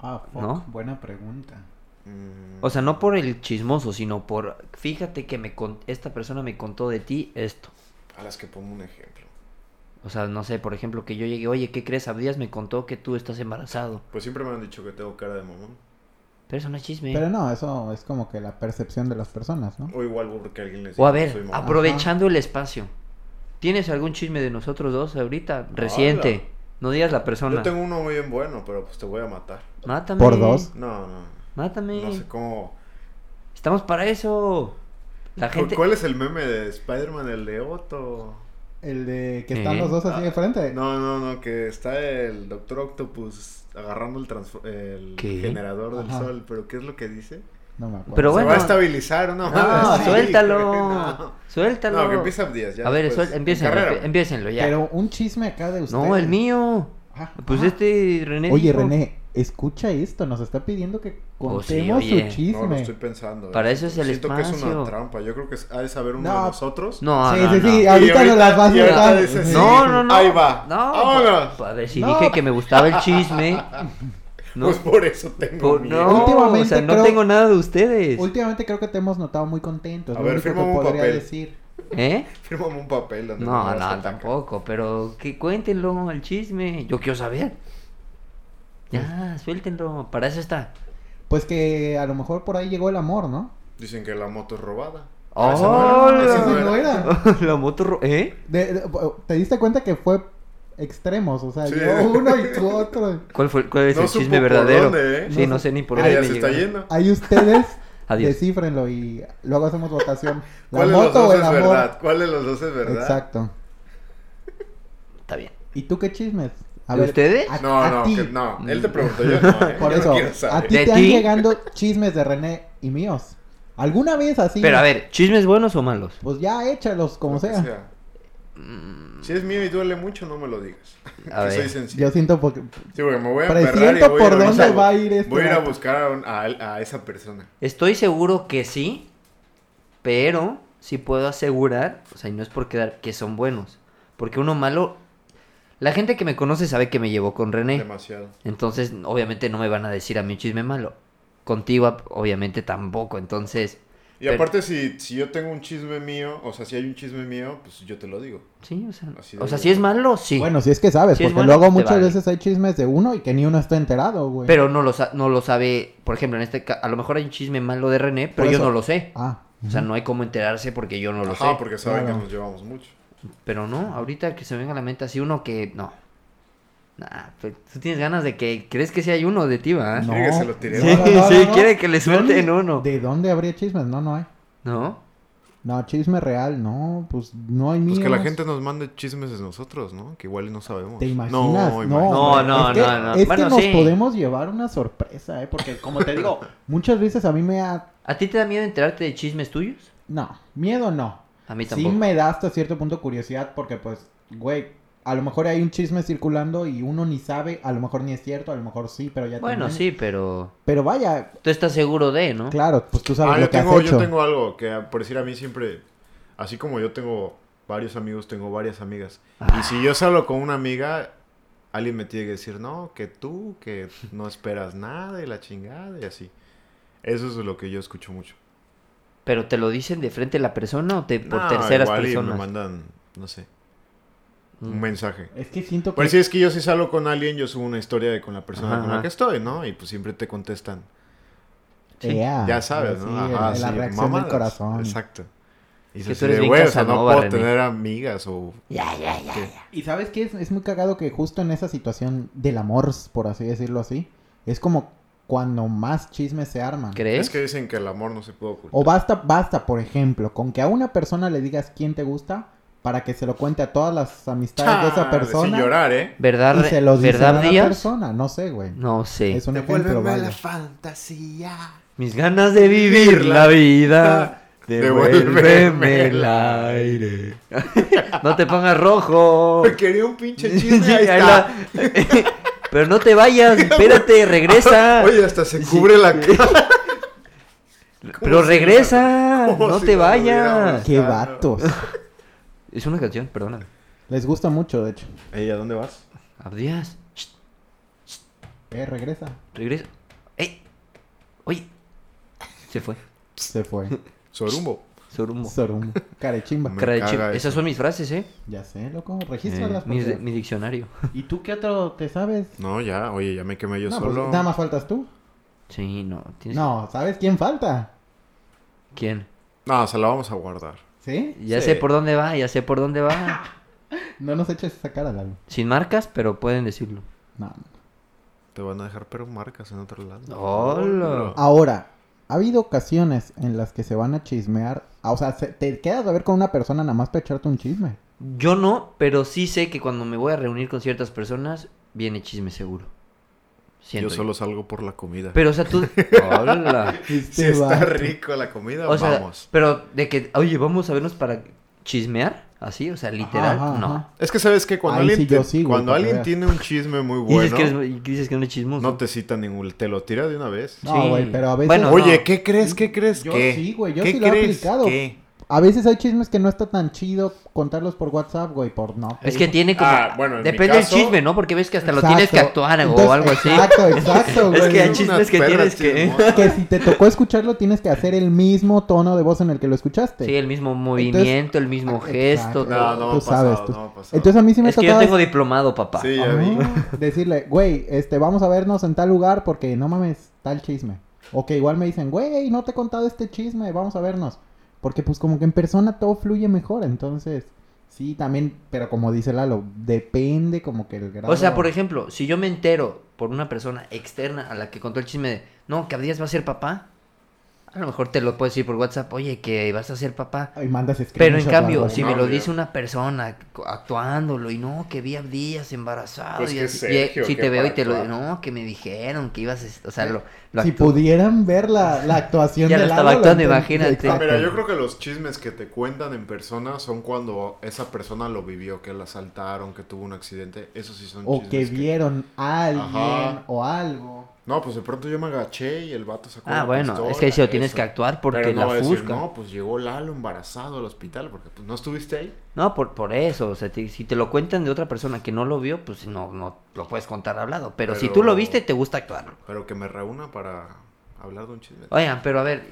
C: Ah, fuck,
B: ¿No?
C: buena pregunta.
A: Mm.
B: O sea, no por el chismoso, sino por, fíjate que me con- esta persona me contó de ti esto.
A: A las que pongo un ejemplo.
B: O sea, no sé, por ejemplo, que yo llegué, oye, ¿qué crees? Abdías me contó que tú estás embarazado.
A: Pues siempre me han dicho que tengo cara de mamón.
B: Pero eso no es chisme.
C: Pero no, eso es como que la percepción de las personas, ¿no?
A: O igual porque alguien les
B: O
A: dijo
B: a
A: que
B: ver,
A: soy mamón.
B: aprovechando el espacio. ¿Tienes algún chisme de nosotros dos ahorita? Reciente.
A: Hola.
B: No digas la persona.
A: Yo tengo uno muy bien bueno, pero pues te voy a matar.
B: Mátame.
C: Por dos.
A: No, no.
B: Mátame.
A: No sé cómo.
B: Estamos para eso. La gente.
A: ¿Cuál es el meme de Spider-Man, el de Otto?
C: El de que están
B: Eh.
C: los dos así de frente.
A: No, no, no, que está el Doctor Octopus agarrando el, transfo- el
B: ¿Qué?
A: generador del
C: Ajá.
A: sol, pero ¿qué es lo que dice?
C: No me acuerdo.
B: Pero
A: Se
B: bueno.
A: va a estabilizar una
B: No,
A: madre así,
B: suéltalo.
A: Ah, güey, No.
B: Suéltalo.
A: No, que empieza Díaz. Ya
B: a ver,
A: después.
B: suel- empiecenlo,
A: Carrera.
B: empie- empiecenlo ya.
C: Pero un chisme acá de ustedes.
B: No, el mío.
C: Ah,
B: Pues
C: ah.
B: este René.
C: Oye,
B: dijo-
C: René, escucha esto. Nos está pidiendo que
B: Oh, sí,
C: contemos
B: oye.
C: su
A: No, lo
C: chisme.
A: estoy pensando.
B: Para
A: eh.
B: eso es el
A: Siento que es
B: espacio.
A: una trampa. Yo creo que es- ha de saber uno
C: No.
A: de nosotros.
B: No,
C: sí,
B: no,
C: sí,
B: no.
C: sí.
A: Y
C: Ahorita, nos las vas
A: y
C: a
A: ahorita
C: dar.
A: dices,
B: No, no, no.
A: Ahí va.
B: No.
A: Vámonos.
B: pa- A ver, si
C: No.
B: dije que me gustaba el chisme. No,
A: Pues por eso tengo
B: por-
A: miedo.
B: no, o
C: Últimamente
B: sea, no
C: creo-
B: tengo nada de ustedes.
C: Últimamente creo que te hemos notado muy contentos.
A: A
C: lo
A: ver,
C: único que
A: fírmame un
C: podría
A: papel.
C: decir.
B: ¿Eh?
A: Fírmame un papel donde me
B: No,
A: vas a
B: no,
A: atacar.
B: tampoco, pero que cuéntenlo el chisme. Yo quiero saber. Ya, suéltenlo, para eso está.
C: Pues que a lo mejor por ahí llegó el amor, ¿no?
A: Dicen que la moto es robada.
B: ¡Oh!
A: esa no era, esa
C: Ese no era.
B: La moto... ro- ¿Eh?
C: De- de- ¿Te diste cuenta que fue extremos? O sea,
A: Sí.
C: llegó uno y tú otro.
B: ¿Cuál, fue, cuál es
A: No
B: el
A: supo
B: chisme
A: por
B: verdadero?
A: dónde, ¿eh?
B: Sí,
C: No
B: no
C: sé.
B: sé ni por
A: Mira,
B: dónde
A: ya
B: me
A: se está
B: llegaron.
A: yendo.
C: Ahí ustedes
B: Adiós.
C: descifrenlo y luego hacemos votación. ¿La
A: ¿Cuál de los
C: moto o
A: dos
C: el
A: es
C: amor?
A: verdad? ¿Cuál de los dos es verdad?
C: Exacto.
B: Está bien.
C: ¿Y tú qué chismes? A
B: ¿De ustedes?
C: a-
A: No,
C: a
A: no,
C: ti.
A: que- no. Él te preguntó yo, no. ¿eh?
C: Por
A: Yo no
C: eso,
A: quiero
C: a
A: saber.
C: ti
B: ¿De
C: te han
B: ti?
C: llegando chismes de René y míos. ¿Alguna vez así?
B: Pero a ver, ¿chismes buenos o malos?
C: Pues ya échalos, como
A: Lo que
C: sea.
B: Mm,
A: Si es mío y duele mucho, no me lo digas.
B: A
A: Que
B: ver.
A: soy sencillo.
C: Yo siento porque...
A: Sí, porque me voy a emperrar y
C: Presiento
A: voy a ir
C: por
A: a
C: dónde
A: buscar-
C: va a ir este
A: Voy a ir a
C: vato.
A: buscar a, un- a- a esa persona.
B: Estoy seguro que sí, pero sí puedo asegurar, o sea, y no es por quedar, que son buenos. Porque uno malo, la gente que me conoce sabe que me llevo con René.
A: Demasiado.
B: Entonces, obviamente no me van a decir a mí un chisme malo. Contigo, ap- obviamente tampoco. Entonces,
A: Y
B: Pero-
A: aparte, si, si yo tengo un chisme mío, o sea, si hay un chisme mío, pues yo te lo digo.
B: sí, o sea,
A: Así
B: o
A: de
B: sea,
A: bien.
B: si es malo, sí.
C: Bueno, si es que sabes,
B: Si es
C: porque
B: bueno,
C: luego
B: te
C: muchas
B: vale.
C: veces hay chismes de uno y que ni uno está enterado, güey.
B: pero no lo, sa- no lo sabe, por ejemplo, en este caso, a lo mejor hay un chisme malo de René, pero yo
C: eso.
B: no lo sé.
C: Ah.
B: O sea, no hay cómo enterarse porque yo no lo
A: Ajá,
B: sé.
A: porque saben
C: Claro.
A: que nos llevamos mucho.
B: Pero no, ahorita que se me venga a la mente así uno que no. Nah, pues, tú tienes ganas de que crees que sí hay uno de ti, ¿va?
A: No. ¿Quiere que se lo tiremos?
B: Sí, sí, quiere que le suelten
C: ¿Dónde-
B: uno.
C: ¿De dónde habría chismes? No, no hay.
B: ¿No?
C: No, chisme real, no, pues no hay míos.
A: Pues que la gente nos mande chismes de nosotros, ¿no? Que igual y no sabemos.
C: ¿Te imaginas?
A: No,
C: No,
A: imagínate.
B: No,
C: hombre,
B: no,
C: es que,
B: no, no.
C: Es
B: Bueno,
C: que nos
B: sí.
C: podemos llevar una sorpresa, ¿eh? Porque, como te digo, muchas veces a mí me ha...
B: ¿A ti te da miedo enterarte de chismes tuyos?
C: No, miedo no.
B: A mí
C: Sí
B: tampoco.
C: me da hasta cierto punto curiosidad porque, pues, güey, a lo mejor hay un chisme circulando y uno ni sabe, a lo mejor ni es cierto, a lo mejor sí, pero ya
B: Bueno,
C: también-
B: sí, pero
C: Pero vaya,
B: tú estás seguro de, ¿no?
C: claro, pues tú sabes
A: Ah,
C: lo
A: yo
C: que
A: tengo,
C: has hecho.
A: yo tengo algo que, por decir a mí siempre, así como yo tengo varios amigos, tengo varias amigas.
B: Ah,
A: Y si yo salgo con una amiga, alguien me tiene que decir, no, que tú, que no esperas nada y la chingada y así. Eso es lo que yo escucho mucho.
B: ¿Pero te lo dicen de frente a la persona o te, por
A: No,
B: terceras
A: igual y me
B: personas?
A: mandan, no sé, un
B: Mm.
A: mensaje.
C: Es que siento que...
A: Pues si es que yo si salgo con alguien, yo subo una historia de con la persona con la
B: Ajá.
A: que estoy, ¿no? Y pues siempre te contestan.
B: Sí.
C: Ea,
A: ya sabes,
C: Ah, sí,
A: ¿no?
C: el-
A: Ajá,
C: la
A: sí,
C: reacción
A: mamadas.
C: del corazón.
A: Exacto. Y
B: Que
A: dices,
B: tú eres bien
A: güey, o sea, no
B: Casanova,
A: puedo
B: René.
A: tener amigas o...
B: Ya, ya, ya.
A: ¿Qué?
B: ya.
C: Y sabes que es, es muy cagado que justo en esa situación del amor, por así decirlo así, es como cuando más chismes se arman.
B: ¿Crees?
A: Es que dicen que el amor no se puede ocultar.
C: O basta, basta, por ejemplo, con que a una persona le digas quién te gusta para que se lo cuente a todas las amistades de esa
A: Chale, Sin
C: persona
A: llorar, ¿eh?
B: ¿Verdad,
C: y
B: Re-
C: se los dicen a
B: ¿verdad
C: la
B: Díaz?
C: persona. No sé, güey.
B: No sé.
C: Es un ejemplo, vaya.
A: fantasía.
B: Mis ganas de vivir la vida.
A: Devuélveme
B: Devuélveme
A: el
B: el aire. no te pongas rojo.
A: Quería un pinche
B: Sí,
A: chisme, ahí
B: ahí
A: está.
B: la- Pero no te vayas, espérate, regresa.
A: Oye, hasta se cubre la cara.
B: Pero
A: si-
B: regresa,
A: como
B: no
A: si
B: te
A: no
B: vayas.
A: hubiéramos.
C: Qué
A: Ah, no.
C: vatos.
B: Es una canción, perdóname.
C: Les gusta mucho, de hecho.
A: Ey, ¿a dónde vas?
B: Abdías, shh,
C: Eh, regresa.
B: regresa. ¡Ey! Oye, se fue.
C: Se fue.
A: Sorumbo.
B: Sorumbo.
C: Sorum. Carechimba.
A: Me
B: Cara de chip.
A: caga eso.
B: Esas son mis frases, ¿eh?
C: Ya sé, loco.
B: Eh,
C: Regístralas.
B: mi,
C: porque-
B: mi diccionario.
C: ¿Y tú qué otro te sabes?
A: No, ya, oye, ya me quemé yo
C: No, pues,
A: solo.
C: nada más faltas tú.
B: Sí, no. ¿tienes-
C: No, ¿sabes quién falta?
B: ¿Quién?
A: No, se la vamos a guardar.
C: ¿Sí?
B: Ya
A: Sí.
B: sé por dónde va, ya sé por dónde va.
C: No nos eches esa cara, Lalo.
B: Sin marcas, pero pueden decirlo.
C: No.
A: Te van a dejar pero marcas en otro lado.
B: Hola.
C: Ahora, ha habido ocasiones en las que se van a chismear. ah, O sea, se- te quedas a ver con una persona nada más para echarte un chisme.
B: Yo no, pero sí sé que cuando me voy a reunir con ciertas personas, viene chisme seguro. Siento
A: Yo solo salgo por la comida.
B: Pero, o sea, tú... Hola.
A: si
C: Este
A: está
C: vato.
A: rico la comida,
B: O sea,
A: vamos.
B: pero de que, oye, vamos a vernos para chismear, así, o sea, literal,
C: Ajá, ajá,
B: no.
C: ajá.
A: Es que sabes que cuando
C: Ahí
A: alguien,
C: sí yo
A: te-
C: sí, güey,
A: cuando
C: para que
A: alguien
C: veas.
A: tiene un chisme muy
B: Y dices,
A: bueno,
B: que eres- y dices que no es chismoso.
A: no te cita ningún, te lo tira de una vez.
C: No, güey, pero a veces-
B: Bueno,
A: Oye,
B: no.
A: ¿qué crees? ¿Qué crees?
C: Yo
A: ¿Qué?
C: sí, güey, yo
A: ¿Qué
C: sí lo he
A: crees?
C: aplicado.
A: ¿Qué?
C: A veces hay chismes que no está tan chido contarlos por WhatsApp, güey, por no.
B: Es que tiene como.
A: Ah, bueno, en mi
B: depende del
A: caso-
B: chisme, ¿no? Porque ves que hasta Eh, lo
C: Exacto.
B: tienes que actuar
C: Entonces,
B: o algo así.
C: Exacto, exacto, güey.
B: Es que hay
A: Unas
B: chismes que
A: perras
B: tienes que-
A: chismosas.
C: Que si te tocó escucharlo, tienes que hacer el mismo tono de voz en el que lo escuchaste.
B: Sí, el mismo movimiento, el mismo
C: Exacto.
B: gesto.
A: No, no me
C: Tú
A: ha pasado,
C: sabes, tú-
A: no me ha pasado.
C: Entonces a mí sí me
B: Es que yo
C: tocaba
B: tengo diplomado, papá.
A: Sí, ya vi.
C: Ah, decirle, güey, este, vamos a vernos en tal lugar porque no mames, tal chisme. O que igual me dicen, güey, no te he contado este chisme, vamos a vernos. Porque pues como que en persona todo fluye mejor, entonces, sí, también, pero como dice Lalo, depende como que el grado.
B: O sea, por ejemplo, si yo me entero por una persona externa a la que contó el chisme de, no, que Abdías va a ser papá, a lo mejor te lo puedo decir por WhatsApp, oye, que vas a ser papá.
C: Y mandas
B: Pero en
C: screenshots,
B: cambio,
C: algo,
B: si
C: ¿no?
B: me lo
A: Obvio.
B: dice una persona co- actuándolo y no, que vi a Abdías embarazado
A: Pues
B: y
A: que
B: así,
A: Sergio,
B: y- si
A: que
B: te veo y
A: para
B: te lo
A: actuar.
B: no, que me dijeron que ibas, a est- o sea, lo, lo
C: Si
B: actúo.
C: pudieran ver la, la actuación
B: Ya
C: de
B: lo estaba
C: Lalo,
B: actuando,
C: enten-
B: imagínate.
A: Ah,
C: Exacto.
A: mira, yo creo que los chismes que te cuentan en persona son cuando esa persona lo vivió, que la asaltaron, que tuvo un accidente. Eso sí son
C: O
A: chismes.
C: que vieron a alguien
A: Ajá.
C: o algo.
A: No, pues de pronto yo me agaché y el vato sacó
B: Ah,
A: una
B: bueno,
A: pistola,
B: es que ahí sí lo tienes
A: eso.
B: que actuar porque
A: Pero no
B: la
A: va a
B: fusca.
A: decir, no, pues llegó Lalo embarazado al hospital porque pues, no estuviste ahí.
B: No, por, por eso, o sea, te- si te lo cuentan de otra persona que no lo vio, pues no, no lo puedes contar hablado, pero, si tú
A: Pero-
B: lo viste, te gusta actuarlo.
A: Pero que me reúna para hablar de un chisme.
B: Oigan, pero a ver,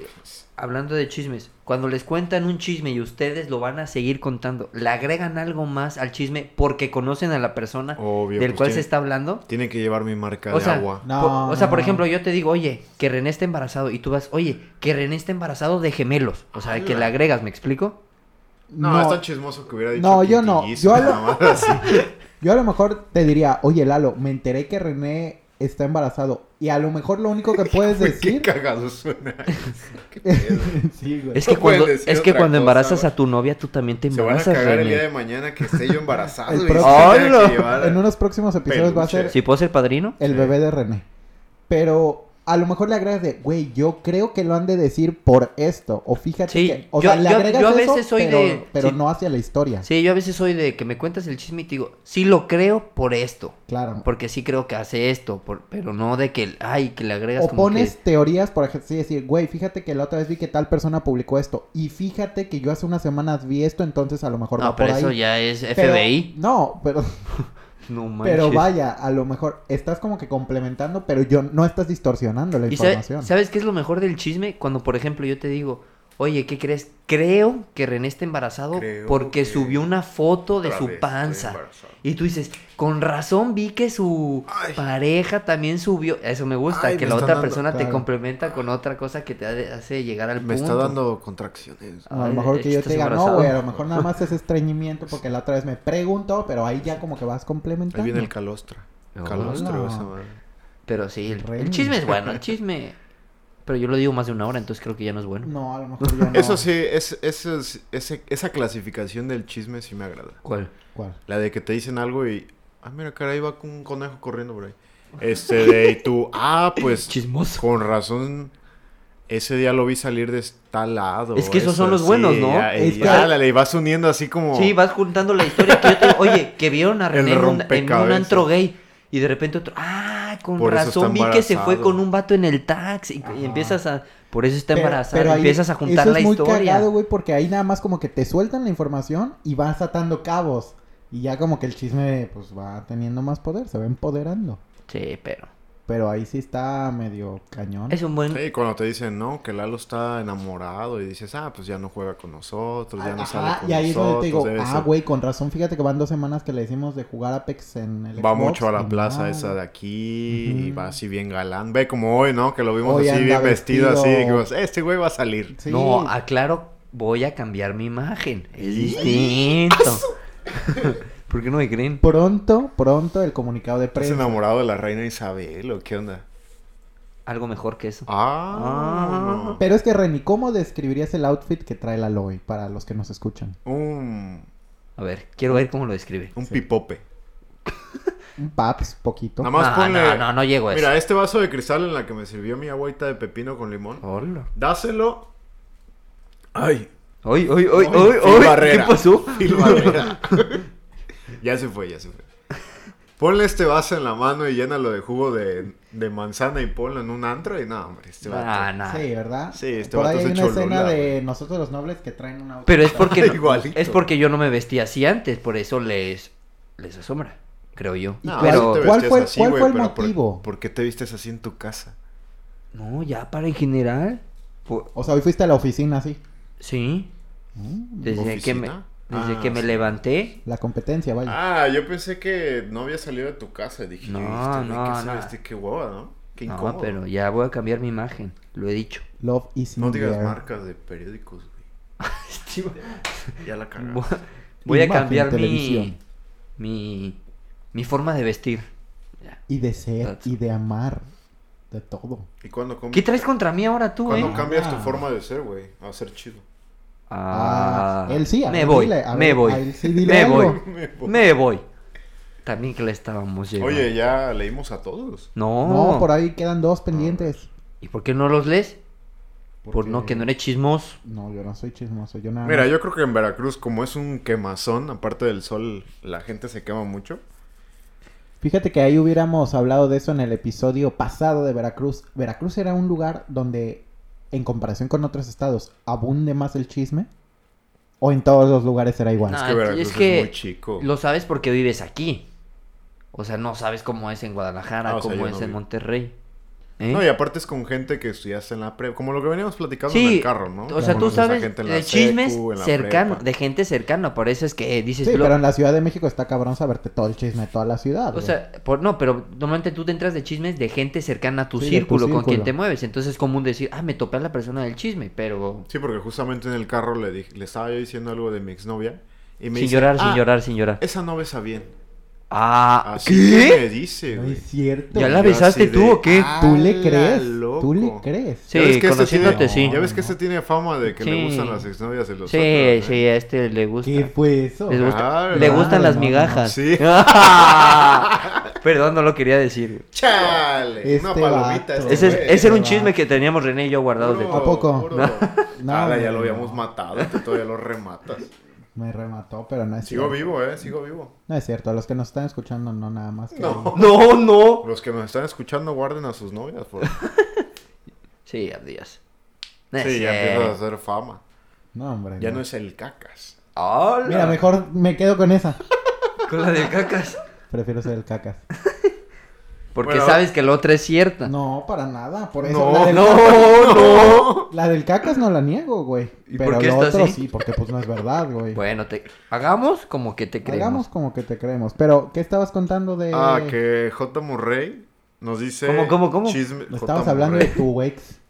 B: hablando de chismes, cuando les cuentan un chisme y ustedes lo van a seguir contando, ¿le agregan algo más al chisme porque conocen a la persona
A: Obvio.
B: del
A: pues,
B: cual
A: tiene,
B: se está hablando?
A: tiene que llevar mi marca
B: O
A: de
B: sea,
A: agua.
C: No,
B: Por- o sea, por
C: no, no.
B: ejemplo, yo te digo, oye, que René está embarazado y tú vas, oye, que René está embarazado de gemelos, o sea, que le
A: Ala.
B: agregas, ¿me explico?
A: No, es tan chismoso que hubiera dicho.
C: No, yo no.
A: quintillizo,
C: Yo a lo-
A: nada más así.
C: Yo a lo mejor te diría, oye Lalo, me enteré que René está embarazado. Y a lo mejor lo único que puedes
A: Güey, Qué
C: decir.
A: cagado suena. Qué pedo.
C: sí, güey.
B: Es que
A: No Pues puedes
B: cuando,
A: decir
B: es que
A: otra
B: cuando
A: cosa,
B: embarazas
A: güey.
B: a tu novia, tú también te
A: Se van a
B: embarazas,
A: cagar el
B: René.
A: día de mañana que esté yo embarazado.
C: El
A: y se
C: próximo-
A: tenga
B: ¡Hola!
A: que llevar a-
C: En unos próximos episodios va a ser
A: Peluche.
B: ¿Sí puedo ser padrino?
C: el
A: Sí.
C: bebé de René. Pero a lo mejor le agregas de, güey, yo creo que lo han de decir por esto. O fíjate
B: Sí,
C: que. O
B: yo-
C: sea, le
B: yo-
C: agregas
B: yo a
C: eso,
B: veces soy
C: pero,
B: de-
C: pero
B: sí.
C: no hacia la historia.
B: Sí, yo a veces soy de que me cuentas el chisme y te digo, sí lo creo por esto,
C: Claro.
B: porque sí creo que hace esto, por- pero no de que, ay, que le agregas
C: O
B: como
C: pones
B: que...
C: teorías, por ejemplo, sí, decir, güey, fíjate que la otra vez vi que tal persona publicó esto. Y fíjate que yo hace unas semanas vi esto, entonces a lo mejor
B: No,
C: va por
B: pero
C: ahí.
B: eso ya es
C: Pero-
B: FBI.
C: no, pero
B: No manches.
C: Pero vaya, a lo mejor estás como que complementando, pero yo no estás distorsionando la
B: ¿Y sabe-
C: información.
B: sabes qué es lo mejor del chisme? Cuando, por ejemplo, yo te digo, oye, ¿qué crees? Creo que René está embarazado
A: Creo
B: porque
A: que-
B: subió una foto de
A: Otra
B: su
A: vez, estoy
B: panza.
A: embarazado.
B: Y tú dices, con razón vi que su
A: Ay.
B: pareja también subió. Eso me gusta,
A: Ay,
B: que
A: me
B: la
A: está
B: otra
A: dando-
B: persona te
C: claro.
B: complementa con otra cosa que te ha- hace llegar al
A: Me
B: punto.
A: está dando contracciones.
C: A
B: Ay,
C: lo mejor que yo
B: estás
C: te diga, no,
B: embarazado.
C: güey, a lo mejor nada más es estreñimiento porque la otra vez me preguntó, pero ahí ya como que vas
A: Ahí
C: complementando.
A: viene el calostra.
B: No.
A: Calostro,
C: Hola.
A: esa madre.
B: Pero sí, el,
C: Remy.
B: el chisme es bueno, el chisme... Pero yo lo digo más de una hora, entonces creo que ya no es bueno.
C: No, a lo mejor yo no.
A: Eso sí, es, eso es- ese- esa clasificación del chisme sí me agrada.
B: ¿Cuál?
C: ¿Cuál?
A: La de que te dicen algo y. Ah, mira, cara, ahí va con un conejo corriendo por ahí. Este, de y tú. Ah, pues.
B: Chismoso.
A: Con razón. Ese día lo vi salir de tal lado.
B: Es que esos
A: eso,
B: son los
A: sí,
B: buenos, ¿no?
A: ya,
C: Es
A: y
C: que-
A: ándale, y vas uniendo así como.
B: Sí, vas juntando la historia que yo te digo, oye, que vieron a
A: El
B: René en un, en un
A: rompecabezas.
B: antro gay. Y de repente otro, ah, con
A: Por eso
B: razón vi
A: está
B: que se fue
A: embarazado.
B: con un vato en el taxi. Y
C: Ajá.
B: empiezas a, por eso está
C: Pero-
B: embarazada,
C: pero ahí-
B: empiezas a juntar
C: eso
B: la
C: es muy
B: historia.
C: cagado, güey, porque ahí nada más como que te sueltan la información y vas atando cabos. Y ya como que el chisme, pues, va teniendo más poder, se va empoderando.
B: Sí, pero
C: Pero ahí sí está medio cañón.
B: es un buen...
A: Sí, cuando te dicen, no, que Lalo está enamorado y dices, ah, pues ya no juega con nosotros, pues ya no
C: Ah, Ajá,
A: sale con
C: y ahí es donde
A: nosotros.
C: te digo,
A: debe
C: ah,
A: ser-
C: güey, con razón, fíjate que van dos semanas que le decimos de jugar Apex en el
A: Va
C: Xbox,
A: mucho a
C: y
A: la plaza
C: no,
A: esa de aquí y
C: Ujú.
A: va así bien galán. Ve como hoy, ¿no? Que lo vimos
C: Hoy
A: así
C: anda
A: bien vestido, así.
C: vestido.
A: de que vas, este güey va a salir.
C: Sí.
B: No, aclaro, voy a cambiar mi imagen. Es distinto. ¿Por qué no me creen?
C: Pronto, pronto el comunicado de
A: ¿Estás
C: prensa.
A: enamorado de la reina Isabel o qué onda?
B: Algo mejor que eso.
A: Ah,
B: Ah.
A: no.
C: Pero es que, Reni, ¿cómo describirías el outfit que trae la Loi para los que nos escuchan?
A: Un,
B: A ver, quiero ver cómo lo describe.
A: un pipope.
C: Un paps, poquito.
A: Nada
B: No,
A: más ponle...
B: no, no, no llego a eso.
A: Mira, este vaso de cristal en la que me sirvió mi agüita de pepino con limón.
B: Hola.
A: Dáselo. Ay,
B: Hoy, hoy, hoy,
A: Ay,
B: hoy,
A: Phil
B: hoy. ¿Qué
A: Barrera.
B: pasó?
A: Phil Barrera. ya se fue, ya se fue. Ponle este vaso en la mano y llénalo de jugo de de manzana y ponlo en un antro y no, hombre, este vato.
B: Ah, nah.
C: Sí, ¿verdad?
A: Sí, este
C: Por
A: vato
C: ahí
A: es
C: hay
A: el
C: una escena
A: cholula,
C: de nosotros los nobles que traen un auto.
B: Pero es porque no-
A: Igualito.
B: es porque yo no me vestía así antes, por eso les les asombra, creo yo.
C: ¿Y
A: No,
C: cuál-
A: pero,
B: pero
C: cuál fue- cuál fue el
A: ¿por-
C: motivo?
A: ¿por, qué te vistes así en tu casa?
B: no, ya para en general, pues,
C: O sea, hoy fuiste a la oficina, así.
B: sí,
C: Mm,
B: desde que me
A: ¿Oficina?
B: desde
A: Ah,
B: que me
A: sí.
B: levanté
C: La competencia, vaya.
A: Ah, yo pensé que no había salido de tu casa. Dije,
B: No,
A: "Este güey,
B: no,
A: ¿qué se
B: no.
A: viste? Qué guava, ¿no? Qué incómodo.
B: no, pero ya voy a cambiar mi imagen, lo he dicho.
C: Love is in
A: No
C: the
A: digas
C: air.
A: marcas de periódicos, güey. Ya la
B: Voy-
A: cagaste.
B: Voy a
C: Imagen,
B: cambiar mi,
C: televisión.
B: mi mi forma de vestir. Ya.
C: Y de ser,
B: That's-
C: y de amar. De todo.
A: ¿Y cuándo com-
B: ¿Qué traes contra mí ahora tú,
A: cuándo
B: eh?
A: cambias tu
C: Ah.
A: forma de ser, güey? A ser chido.
B: Ah,
C: él sí, a
B: me
C: ver,
B: voy,
C: dile, a
B: me
C: ver,
B: voy,
C: a él sí dile
B: me
C: algo.
B: voy,
A: Me voy.
B: me voy. También que le estábamos llevando.
A: Oye, ya leímos a todos.
B: no.
C: No, por ahí quedan dos pendientes.
B: ¿Y por qué no los lees? Ah, Por no,
C: Porque-
B: que no eres chismoso.
C: No, yo no soy chismoso. Yo nada
A: Mira,
C: más-
A: yo creo que en Veracruz, como es un quemazón, aparte del sol, la gente se quema mucho.
C: Fíjate que ahí hubiéramos hablado de eso en el episodio pasado de Veracruz. Veracruz era un lugar donde, en comparación con otros estados, abunde más el chisme. O en todos los lugares era igual.
B: No,
A: es
B: Ah, es
A: que Veracruz es,
B: que
A: muy chico.
B: Lo sabes porque vives aquí. O sea, no sabes cómo es en Guadalajara,
A: Ah, o sea,
B: cómo
A: yo
B: es
A: no
B: en
A: vivo.
B: Monterrey. ¿Eh?
A: No, y aparte es con gente que estudiaste en la prepa. Como lo que veníamos platicando en
B: Sí,
A: el carro, ¿no?
B: o sea, tú
A: Conoces a
B: sabes
A: gente en la
B: de chismes
A: secu, en la
B: cercano,
A: prepa.
B: de gente cercana. Por eso es que eh, dices,
C: Sí,
B: lo-
C: pero en la Ciudad de México está cabrón saberte todo el chisme de toda la ciudad.
B: O
C: güey.
B: sea, por, no, pero normalmente tú te entras de chismes de gente cercana a tu
C: Sí, de tu
B: círculo, con quien
C: círculo.
B: te mueves. Entonces es común decir, ah, me topé a la persona del chisme, pero
A: Sí, porque justamente en el carro le, dije- le estaba yo diciendo algo de mi exnovia. Y me
B: sin
A: dice,
B: llorar,
A: "Ah,
B: sin llorar, sin llorar.
A: Esa no besa bien.
B: Ah,
A: Así
B: ¿qué?
A: me dice,
C: no
A: güey.
C: es cierto.
B: ¿Ya la
A: Yo
B: besaste
A: así
B: tú
A: de,
B: o qué?
A: "Ah,
C: ¿Tú le
A: la
C: crees?
A: loco".
C: ¿Tú le crees?
B: Sí,
A: Ya ves que este
B: conociéndote,
A: tiene-
B: sí.
A: Ya ves que este tiene fama de que
B: Sí.
A: le gustan las exnovias de los
B: Sí,
A: otros,
B: sí,
A: ¿eh?
B: a este le gusta.
C: ¿Qué fue eso?
B: Les gusta-
A: Claro.
B: le gustan
C: Claro,
B: las
C: no, no, no.
B: migajas.
A: Sí.
B: Perdón, no lo quería decir.
A: ¡Chale!
C: Este
A: una palomita.
C: vato.
A: este
B: Ese, es-
A: güey.
B: ese era un
C: va.
B: chisme que teníamos René y yo guardados de
A: Puro-
C: ¿A poco?
A: puro-
C: No.
A: Ala,
C: güey,
A: ya lo habíamos
C: no.
A: matado, tú todavía lo rematas.
C: Me remató, pero no es
A: Sigo
C: cierto.
A: vivo, eh, sigo vivo.
C: No es cierto. A los que nos están escuchando, no nada más. que-
A: No.
B: No, no.
A: Los que nos están escuchando, guarden a sus novias. Por...
B: Sí, adiós. Eh,
A: Sí, ya empiezas a hacer fama.
C: No, hombre.
A: Ya no es el cacas.
B: Hola.
C: Mira, mejor me quedo con esa.
B: Con la de cacas.
C: Prefiero ser el cacas.
B: Porque
A: Bueno.
B: sabes que la otra es cierta.
C: No, para nada. Por eso. la,
A: No,
C: del
A: Oh, no, no.
C: la del cacas no la niego, güey.
B: ¿Y
C: pero
B: por qué
C: lo
B: está
C: otro
B: así?
C: sí, porque pues no es verdad, güey.
B: Bueno, te... hagamos como que te
C: Hagamos
B: creemos.
C: como que te creemos. Pero, ¿qué estabas contando de.
A: Ah, que J. Murray nos dice.
B: ¿Cómo, cómo, cómo?
A: Chisme... J.
C: Estabas hablando de
A: Murray.
C: tu ex.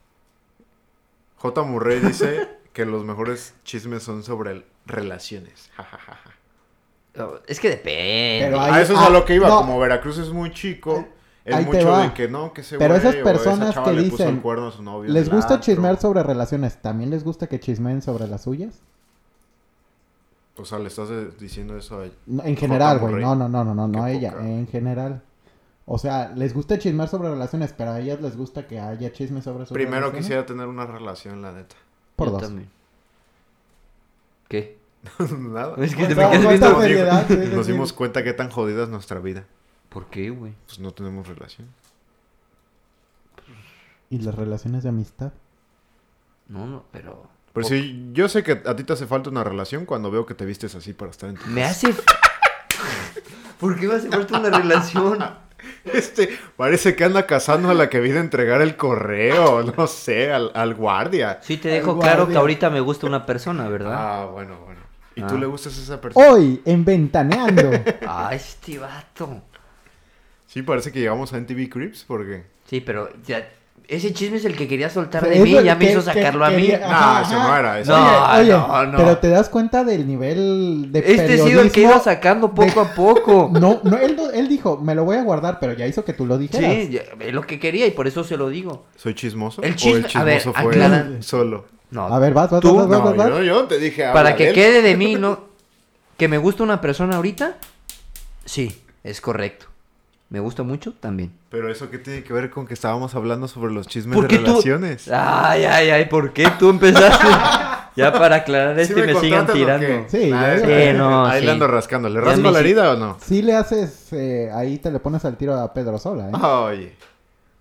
A: J. Murray dice que los mejores chismes son sobre el- relaciones. Ja, ja, ja, ja.
B: Es que depende.
C: Pero hay-
A: a eso es
C: ah,
A: a lo que iba.
C: no.
A: Como Veracruz es muy chico, es
C: ahí te
A: mucho
C: va.
A: de que no, que se
C: Pero esas personas que
A: le puso el
C: dicen,
A: cuerno a su novio. en
C: ¿Les
A: el
C: gusta
A: antro".
C: chismear sobre relaciones? ¿También les gusta que chismeen sobre las suyas?
A: O sea, le estás eh, diciendo eso a.
C: No, en general,
A: J.
C: güey.
A: Murray.
C: No, no, no, no, no, no
A: Qué
C: ella.
A: poca.
C: En general. O sea, les gusta chismear sobre relaciones, pero a ellas les gusta que haya chisme sobre sus
A: Primero
C: relaciones.
A: quisiera tener una relación, la neta.
C: Por
B: Yo
C: dos.
B: también. ¿Qué?
A: Nada.
B: Es que te
C: Pues No,
B: me quedas
A: Nos,
B: viendo.
C: no, no,
A: dimos-
C: seriedad, sí, sí,
A: nos
C: sí.
A: dimos cuenta que tan jodida es nuestra vida.
B: ¿Por qué, güey?
A: Pues no tenemos relación.
C: ¿Y las relaciones de amistad?
B: No, no, pero.
A: Pero sí, yo sé que a ti te hace falta una relación cuando veo que te vistes así para estar en tu
B: Me hace. ¿Por qué me hace falta una relación?
A: Este, parece que anda casando a la que vino a entregar el correo, no sé, al, al guardia.
B: Sí, te dejo
C: Ay,
B: claro que
C: guardia.
B: ahorita me gusta una persona, ¿verdad?
A: Ah, bueno, bueno. ¿Y
B: Ah.
A: tú le gustas a esa persona?
C: Hoy, en Ventaneando.
B: Ay, este vato.
A: Sí, parece que llegamos a NTV Crips porque...
B: Sí, pero ya- ese chisme es el que quería soltar de
C: Es
B: mí.
C: lo
B: Ya me
C: que-
B: hizo
C: que-
B: sacarlo a mí.
C: quería- ah,
A: No, ese no era, ese
B: no
C: Oye,
B: era.
C: oye,
B: No, no.
C: Pero te das cuenta del nivel de
B: Este ha sido el que iba
C: periodismo?
B: sacando poco a poco.
C: No, no él, él dijo, me lo voy a guardar, pero ya hizo que tú lo dijeras.
B: Sí, ya- es lo que quería y por eso se lo digo.
A: ¿Soy chismoso?
B: El
A: ¿O
B: chisme-
A: el
B: a ver,
A: chismoso fue
B: aclara-
A: él solo?
B: No,
C: A ver, vas, vas,
B: Tú-
C: vas, vas,
A: No,
C: vas, vas.
A: yo, yo te dije...
B: para
A: habla
B: que
A: de él.
B: quede de mí, ¿no? Que me gusta una persona ahorita, sí, es correcto. Me gusta mucho también.
A: Pero eso qué tiene que ver con que estábamos hablando sobre los chismes de
B: ¿Por qué tú?
A: relaciones.
B: Ay, ay, ay, ¿por qué tú empezaste? ya para aclarar
A: ¿Sí
B: esto y me sigan
A: contratas o
B: tirando.
A: qué?
C: Sí,
A: Ah,
C: ya-
A: es-
B: Sí, no,
A: ahí
B: sí.
A: le ando rascando. ¿Le
B: Ya
A: rasco
B: me
A: la
B: hici-
A: herida o no?
B: Ah,
C: Sí le haces, eh, ahí te le pones al tiro a Pedro Sola, ¿eh?
A: Ah, Oye.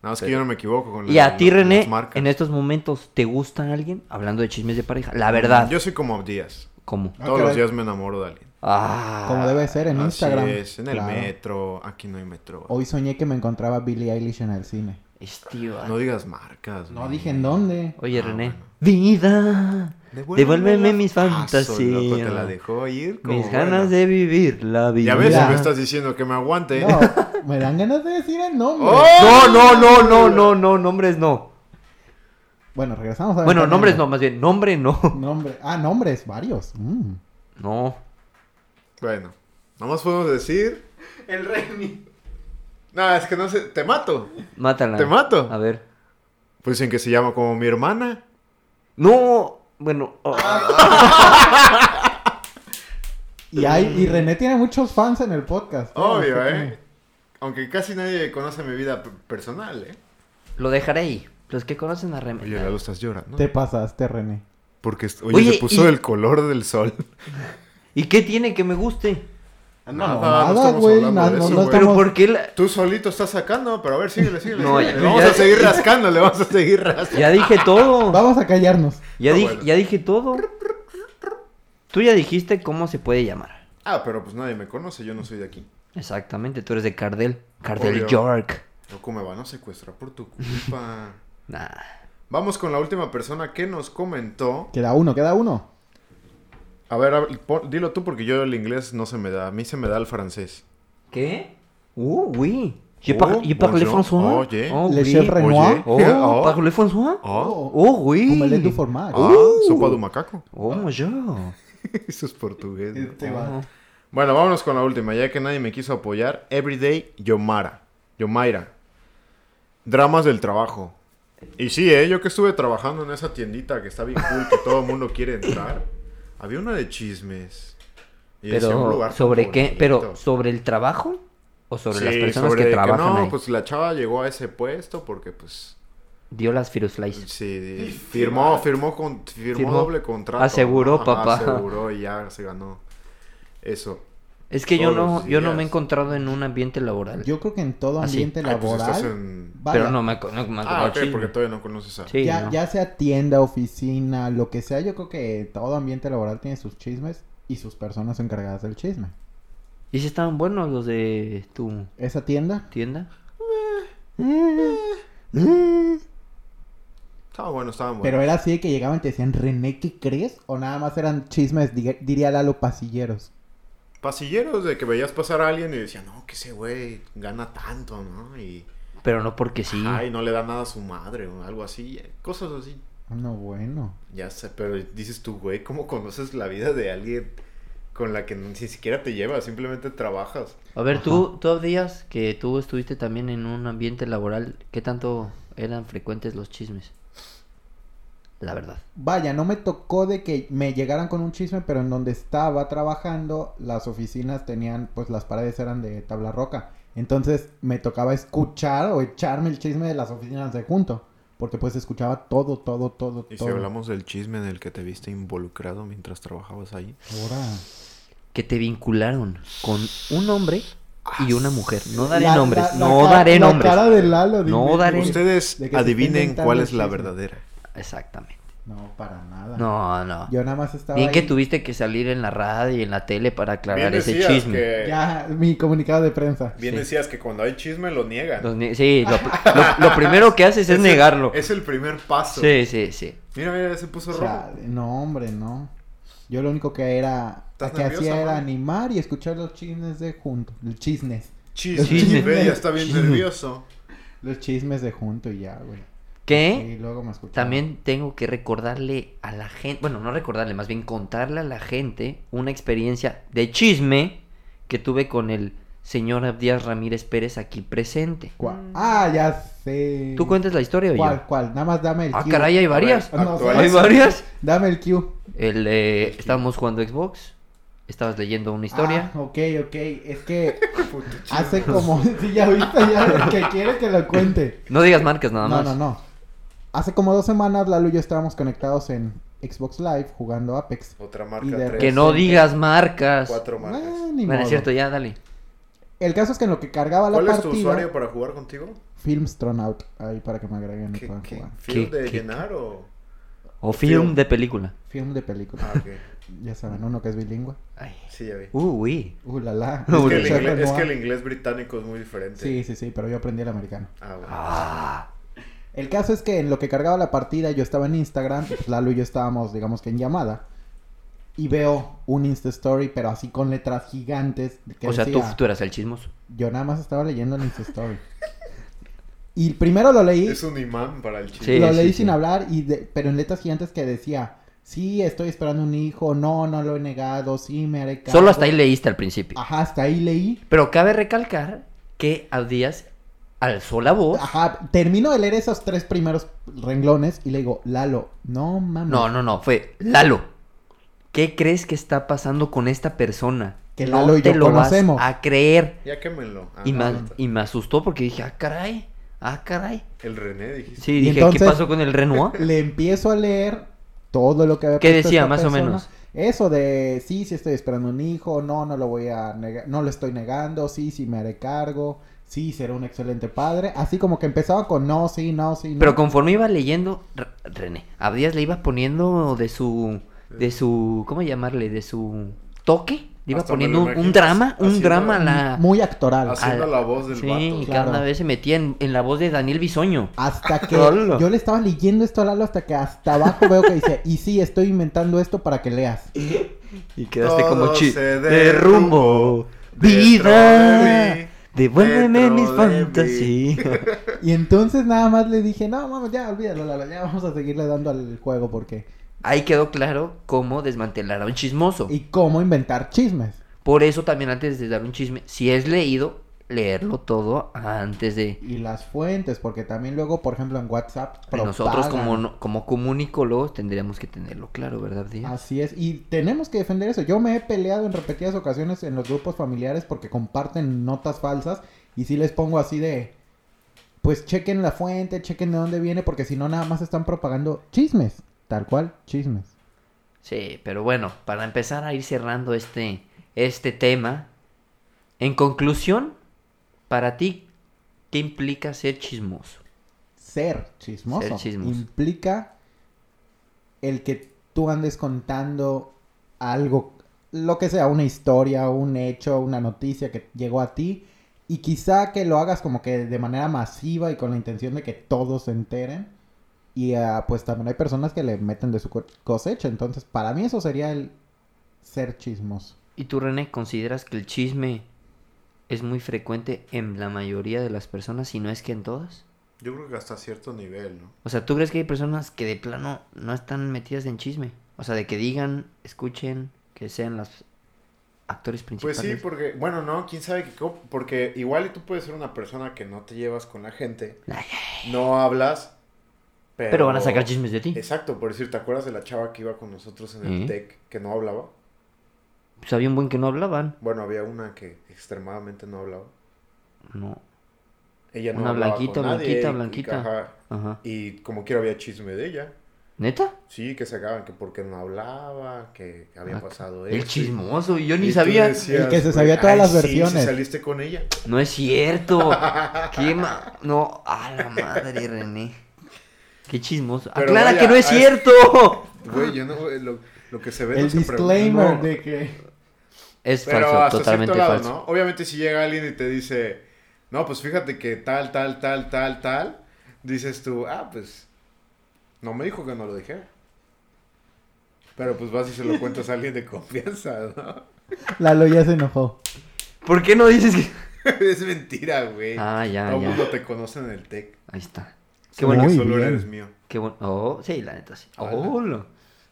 A: Nada más que yo no me equivoco con
B: Y
A: la-
B: a ti,
A: la- las
B: René,
A: marcas.
B: en estos momentos, ¿te gusta alguien? Hablando de chismes de pareja. La verdad.
A: Yo soy como Díaz.
B: ¿Cómo?
C: Ah,
A: Todos los
C: caray.
A: días me enamoro de alguien.
B: Ah.
C: Como debe ser en
A: Así
C: Instagram.
A: es, en el
C: Claro.
A: metro. Aquí no hay metro.
C: Hoy soñé que me encontraba a Billie Eilish en el cine.
B: Este vato.
A: No digas marcas.
C: No
A: güey.
C: dije en dónde.
B: Oye,
A: Ah,
B: René.
A: bueno.
B: Vida. Devuélveme mis
A: Ah, su
B: fantasías.
A: loco, te la dejó ir. como
B: Mis
A: buena.
B: ganas de vivir la vida.
A: Ya ves,
C: Mira.
A: me estás diciendo que me aguante.
C: No, me dan ganas de decir el nombre.
B: No, no, no, no, no, no, nombres no.
C: Bueno, regresamos a
B: Bueno,
C: Ventaneando.
B: nombres no, más bien, nombre no.
C: Nombre. Ah, nombres, varios. Mm.
B: No.
A: Bueno, nomás podemos decir.
B: El Remy.
A: Nada, es que no sé. Te mato.
B: Mátala.
A: Te mato.
B: A ver.
A: Pues dicen que se llama como mi hermana.
B: No. Bueno. oh.
C: Y, hay, y René tiene muchos fans en el podcast.
A: Obvio,
C: Así que-
A: ¿eh? Aunque casi nadie conoce mi vida p- personal, ¿eh?
B: Lo dejaré ahí. Los que conocen a Remy.
A: Oye, Lalo, estás llorando.
C: Te pasaste, René.
A: Porque, est- oye,
B: Oye,
A: se puso
B: y-
A: el color del sol.
B: ¿Y qué tiene que me guste?
A: Ah,
C: Ah, nada, güey, nada, no, no
A: güey.
B: Pero
C: Estamos-
B: ¿por qué la-
A: Tú solito estás sacando, pero a ver, síguele, síguele.
B: No,
A: síguele.
B: yo
A: Le vamos
B: ya-
A: a seguir rascando, le vamos a seguir rascando.
B: Ya dije todo.
C: Vamos a callarnos.
B: Ya
A: No,
B: dije,
A: bueno.
B: ya dije todo. Tú ya dijiste cómo se puede llamar.
A: Ah, pero pues nadie me conoce, yo no soy de aquí.
B: Exactamente, tú eres de Cardel. Cardel
A: Obvio.
B: York.
A: Loco, me van a secuestrar por tu culpa.
B: Nah.
A: Vamos con la última persona que nos comentó.
C: Queda uno, queda uno.
A: A ver, hab- pon- dilo tú porque yo el inglés no se me da. A mí se me da el francés.
B: ¿Qué? Uh, oui. Je,
A: Oh,
B: par- je parle
A: bonjour.
B: François.
A: Oh, yeah.
B: Oh,
C: Le
B: oui.
C: chef Renoir.
A: Oye.
B: Oh,
A: Oh.
B: parle François.
A: Oh,
B: Oh, oui.
C: Como el de tu formato.
A: ah,
B: Uh.
A: sopa de macaco.
B: Oh, bonjour.
A: Eso es portugués. ¿no?
C: Este va.
B: Oh.
A: Bueno, vámonos con la última, ya que nadie me quiso apoyar. Everyday Yomara. Yomaira. Dramas del trabajo. Y sí, ¿eh? yo que estuve trabajando en esa tiendita que está bien cool, que todo el mundo quiere entrar. Había una de chismes. Y decía un
B: Pero,
A: lugar
B: ¿sobre qué? ¿Pero
A: favorito.
B: sobre el trabajo? ¿O sobre
A: Sí,
B: las personas
A: sobre
B: que trabajan
A: no,
B: ahí?
A: pues la chava llegó a ese puesto porque pues
B: Dio las Firuslice.
A: sí firmó, firmó con- firmó,
B: Firmó.
A: doble contrato.
B: Aseguró, papá.
A: Aseguró y ya se ganó. Eso.
B: Es que yo
A: todos
B: no,
A: los
B: yo no me he
A: días.
B: encontrado en un ambiente laboral.
C: Yo creo que en todo
B: Así.
C: ambiente
A: Ay, pues,
C: laboral.
A: estás en-
C: vaya,
B: Pero no me, no me ha
A: Ah,
B: tocado
A: ok,
B: chisme.
A: porque todavía no conoces a
B: Sí,
C: ya,
B: no.
C: ya sea tienda, oficina, lo que sea, yo creo que todo ambiente laboral tiene sus chismes y sus personas encargadas del chisme.
B: ¿Y si estaban buenos los de tu
C: Esa tienda,
B: tienda?
A: Eh, Estaba bueno, estaba bueno.
C: pero era así de que llegaban y te decían, René, ¿qué crees? O nada más eran chismes, diga- diría Lalo, pasilleros.
A: Pasilleros de que veías pasar a alguien y decían, no, que ese güey gana tanto, ¿no? Y,
B: Pero no porque sí.
A: ay, no le da nada a su madre o algo así. eh, Cosas así.
C: No, bueno.
A: Ya sé, pero dices tú, güey, ¿cómo conoces la vida de alguien con la que ni siquiera te llevas? Simplemente trabajas.
B: A ver, tú, tú días que tú estuviste también en un ambiente laboral, ¿qué tanto eran frecuentes los chismes? La verdad.
C: Vaya, no me tocó de que me llegaran con un chisme, pero en donde estaba trabajando, las oficinas tenían, pues las paredes eran de tabla roca. Entonces me tocaba escuchar o echarme el chisme de las oficinas de junto. Porque pues escuchaba todo, todo, todo,
A: Y
C: todo.
A: si hablamos del chisme en el que te viste involucrado mientras trabajabas ahí.
C: Ahora.
B: Que te vincularon con un hombre y una mujer. No daré
C: La-
B: nombres,
C: Ah, la- la
B: no
C: ca-
B: daré
C: la
B: nombres.
C: cara de Lalo,
B: No
C: dime,
B: daré-
C: güey.
A: Ustedes
C: De que se está
A: adivinen
C: inventando
A: cuál
C: el
A: es la
C: chisme.
A: verdadera.
B: Exactamente.
C: No, para nada.
B: No, no.
C: Yo nada más estaba
B: Bien que
C: ahí.
B: tuviste que salir en la radio y en la tele para aclarar
A: Bien
B: ese
A: decías
B: chisme.
A: que-
C: Ya, mi comunicado de prensa.
A: Bien
B: Sí.
A: decías que cuando hay chisme lo niegan.
B: Los ni- sí, lo, lo- lo primero que haces es,
A: el-
B: negarlo.
A: Es el primer paso.
B: Sí, sí, sí.
A: Mira, mira, ya se puso
C: O sea,
A: rojo.
C: no, hombre, no. Yo lo único que era
A: ¿Estás
C: que
A: nerviosa,
C: hacía era
A: mami?
C: animar y escuchar los chismes de junto, los chismes,
A: Chisme.
B: Chisme.
A: Ve, ya está bien
B: Chisme.
A: nervioso.
C: los chismes de junto y ya, güey.
B: ¿Qué?
C: Y luego me escuchaba.
B: ¿Eh? También tengo que recordarle a la gente, bueno, no recordarle, más bien contarle a la gente una experiencia de chisme que tuve con el señor Abdias Ramírez Pérez aquí presente.
C: ¿Cuál? Ah, ya sé.
B: ¿Tú cuentas la historia o yo?
C: ¿Cuál? ¿Cuál? Nada más dame el
B: Ah,
C: cue.
B: caray, hay varias.
A: A
C: No,
A: ver,
B: Hay
A: actualiza.
B: varias.
C: Dame el cue.
B: El, eh, estábamos jugando Xbox, estabas leyendo una historia.
C: Ah, ok, ok. Es que
A: Puto chisme.
C: hace como sí, ya ahorita ya el que quiere que lo cuente.
B: No digas marcas nada
C: no,
B: más.
C: no, no. Hace como dos semanas Lalo y yo estábamos conectados en Xbox Live jugando Apex.
A: Otra
C: Y
A: marca.
C: de-
A: tres,
B: Que no digas marcas.
A: Cuatro marcas.
C: Ah, ni
B: Bueno,
C: modo.
B: es cierto, ya dale.
C: El caso es que en lo que cargaba la
A: ¿Cuál es tu
C: partida
A: usuario para jugar contigo?
C: Filmstronaut ahí para que me agreguen y
A: ¿Qué,
C: puedan
A: qué,
C: jugar.
A: film
B: ¿Qué-
A: de
B: qué-
A: llenar o...?
B: O film,
A: Film.
B: de película.
C: Film de película.
A: Ah, ok.
C: Ya saben, uno que es bilingüe.
B: Ay.
A: Sí, ya vi.
B: Uh, uy.
C: Uh, la la.
A: Es que, el
C: Richard
A: inglés, es
C: Lenoir.
A: que el inglés británico es muy diferente.
C: Sí, sí, sí, pero yo aprendí el americano.
A: Ah, bueno.
B: Ah.
C: El caso es que en lo que cargaba la partida, yo estaba en Instagram, pues Lalo y yo estábamos, digamos que en llamada. Y veo un Insta Story, pero así con letras gigantes. Que
B: O sea, tú,
C: decía,
B: tú eras el chismoso.
C: Yo nada más estaba leyendo el Insta Story. y primero lo leí,
A: Es un imán para el
B: Sí,
A: chile.
C: lo leí
B: sí,
C: sin
B: sí.
C: hablar, y de- pero en letras gigantes que decía, sí, estoy esperando un hijo, no, no lo he negado, sí, me haré cargo".
B: Solo hasta ahí leíste al principio.
C: Ajá, hasta ahí leí.
B: Pero cabe recalcar que Abdías alzó la voz.
C: Ajá, termino de leer esos tres primeros renglones y le digo, Lalo, no mames.
B: No, no, no, fue Lalo. ¿Qué crees que está pasando con esta persona?
C: Que
B: no
C: Lalo y
B: te
C: yo
B: lo
C: conocemos.
B: vas a creer.
A: Ya quémenlo. Ah,
B: Y
A: no,
B: me,
A: no está.
B: y me asustó porque dije, ah, caray, ah, caray.
A: El René, dijiste.
B: Sí,
C: Y
B: dije, ¿qué
C: entonces-
B: pasó con el ah?". Renoir?
C: le empiezo a leer todo lo que había
B: ¿Qué
C: puesto
B: decía,
C: esta
B: más o
C: persona.
B: menos?
C: Eso de sí, sí estoy esperando un hijo, no, no lo voy a negar, no lo estoy negando, sí, sí me haré cargo, sí, seré un excelente padre. Así como que empezaba con no, sí, no, sí, no.
B: Pero conforme iba leyendo, R- René, Abdías le iba poniendo de su, de su, ¿cómo llamarle? De su toque. Le iba
A: Hasta me
B: poniendo
A: lo
B: un, un
A: imagino
B: drama, un
A: haciendo-
B: drama a la...
C: Muy actoral.
A: Así. haciendo
B: al-
A: la voz del
B: sí,
A: vato.
B: y
C: Claro.
B: cada vez se metía en, en la voz de Daniel Bisoño.
C: Hasta que
B: Hola.
C: yo le estaba leyendo esto a Lalo hasta que hasta abajo veo que dice, y sí, estoy inventando esto para que leas.
B: Y
A: quedaste Todo como chi- se
B: De rumbo,
A: derrumbó
B: vida.
A: dentro de mí,
B: Devuélveme
A: dentro
B: mis
A: de
B: fantasías.
C: Y entonces nada más le dije, no, mames, ya olvídalo, Lalo, ya vamos a seguirle dando al juego porque...
B: Ahí quedó claro cómo desmantelar a un chismoso.
C: Y cómo inventar chismes.
B: Por eso también antes de dar un chisme, si es leído, leerlo todo antes de
C: y las fuentes, porque también luego, por ejemplo, en WhatsApp
B: de nosotros
C: propagan.
B: como no- como comunicólogos tendríamos que tenerlo claro, ¿verdad, Díaz?
C: Así es, y tenemos que defender eso. Yo me he peleado en repetidas ocasiones en los grupos familiares porque comparten notas falsas y si les pongo así de pues chequen la fuente, chequen de dónde viene, porque si no nada más están propagando chismes, tal cual, chismes.
B: Sí, pero bueno, para empezar a ir cerrando este este tema, en conclusión, para ti ¿qué implica ser chismoso?
C: Ser chismoso,
B: Ser chismoso.
C: implica el que tú andes contando algo, lo que sea, una historia, un hecho, una noticia que llegó a ti y quizá que lo hagas como que de manera masiva y con la intención de que todos se enteren. Y ah, pues también hay personas que le meten de su co- cosecha, entonces para mí eso sería el ser chismoso.
B: ¿Y tú, René, consideras que el chisme es muy frecuente en la mayoría de las personas, si no es que en todas?
A: Yo creo que hasta cierto nivel, ¿no?
B: O sea, ¿tú crees que hay personas que de plano no están metidas en chisme? O sea, de que digan, escuchen, que sean los actores
A: Pues
B: principales.
A: sí, porque, bueno, no, quién sabe que, co- porque igual y tú puedes ser una persona que no te llevas con la gente,
B: Ay,
A: no hablas, pero...
B: Pero van a sacar chismes de ti.
A: Exacto, por decir, ¿te acuerdas de la chava que iba con nosotros en
B: Sí.
A: el TEC que no hablaba?
B: Pues había un buen que no hablaban.
A: Bueno, había una que extremadamente no hablaba.
B: No.
A: Ella no
B: Una
A: hablaba
B: blanquita,
A: con nadie,
B: blanquita,
A: y- y-
B: blanquita.
A: ajá,
B: Ajá.
A: y como quiera había chisme de ella.
B: ¿Neta?
A: Sí, que sacaban que porque no hablaba, que había
B: Ah,
A: pasado
B: El
A: Este, esto. y-
B: chismoso, yo ni
A: y tú
B: sabía.
A: decías,
C: El que se
A: güey,
C: sabía todas
A: "Ay,
C: las
A: sí, sí
C: versiones".
A: saliste con ella.
B: No es cierto. Qué ma- No, a la madre, René. Qué chismoso.
A: Pero
B: ¡Aclara
A: vaya,
B: que no es
A: a-
B: cierto!
A: Güey, yo no, güey, lo, lo que se ve no
C: el
A: se pregunta.
C: disclaimer
A: No.
C: de que...
B: Es
A: Pero
B: falso,
A: hasta
B: totalmente
A: cierto lado,
B: falso.
A: ¿no? Obviamente si llega alguien y te dice, no, pues fíjate que tal, tal, tal, tal, tal, dices tú, ah, pues, no me dijo que no lo dijera. Pero pues vas y se lo cuentas a alguien de confianza, ¿no?
C: Lalo ya se enojó.
B: ¿Por qué no dices que.?
A: es mentira, güey.
B: Ah, ya,
A: Todo el
B: ya.
A: mundo te conoce en el TEC.
B: Ahí está. Qué
A: Qué bueno.
C: Muy
A: solo
C: bien.
A: eres mío.
B: Qué bueno. Oh, sí, la neta, sí.
A: Hola.
B: Hola.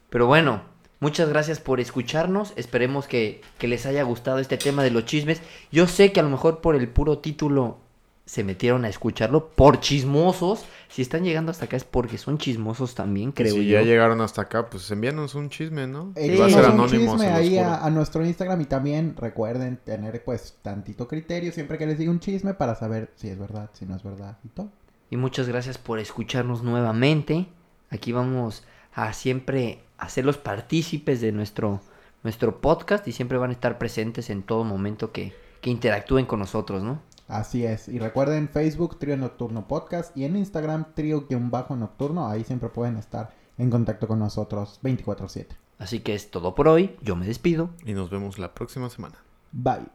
B: Pero bueno, muchas gracias por escucharnos. Esperemos que, que les haya gustado este tema de los chismes. Yo sé que a lo mejor por el puro título se metieron a escucharlo por chismosos. Si están llegando hasta acá es porque son chismosos también, creo
A: si
B: yo.
A: ya llegaron hasta acá, pues envíanos un chisme, ¿no?
B: Sí.
A: Eh, Va a ser
C: Echemos Eh, un
A: anónimo,
C: chisme
A: se los
C: ahí
A: juro.
C: a, a nuestro Instagram y también recuerden tener pues tantito criterio siempre que les diga un chisme para saber si es verdad, si no es verdad y todo.
B: Y muchas gracias por escucharnos nuevamente. Aquí vamos a siempre hacerlos partícipes de nuestro, nuestro podcast y siempre van a estar presentes en todo momento que, que interactúen con nosotros, ¿no?
C: Así es. Y recuerden Facebook Trío Nocturno Podcast y en Instagram Trío-Nocturno. Ahí siempre pueden estar en contacto con nosotros 24/7.
B: Así que es todo por hoy. Yo me despido.
A: Y nos vemos la próxima semana.
C: Bye.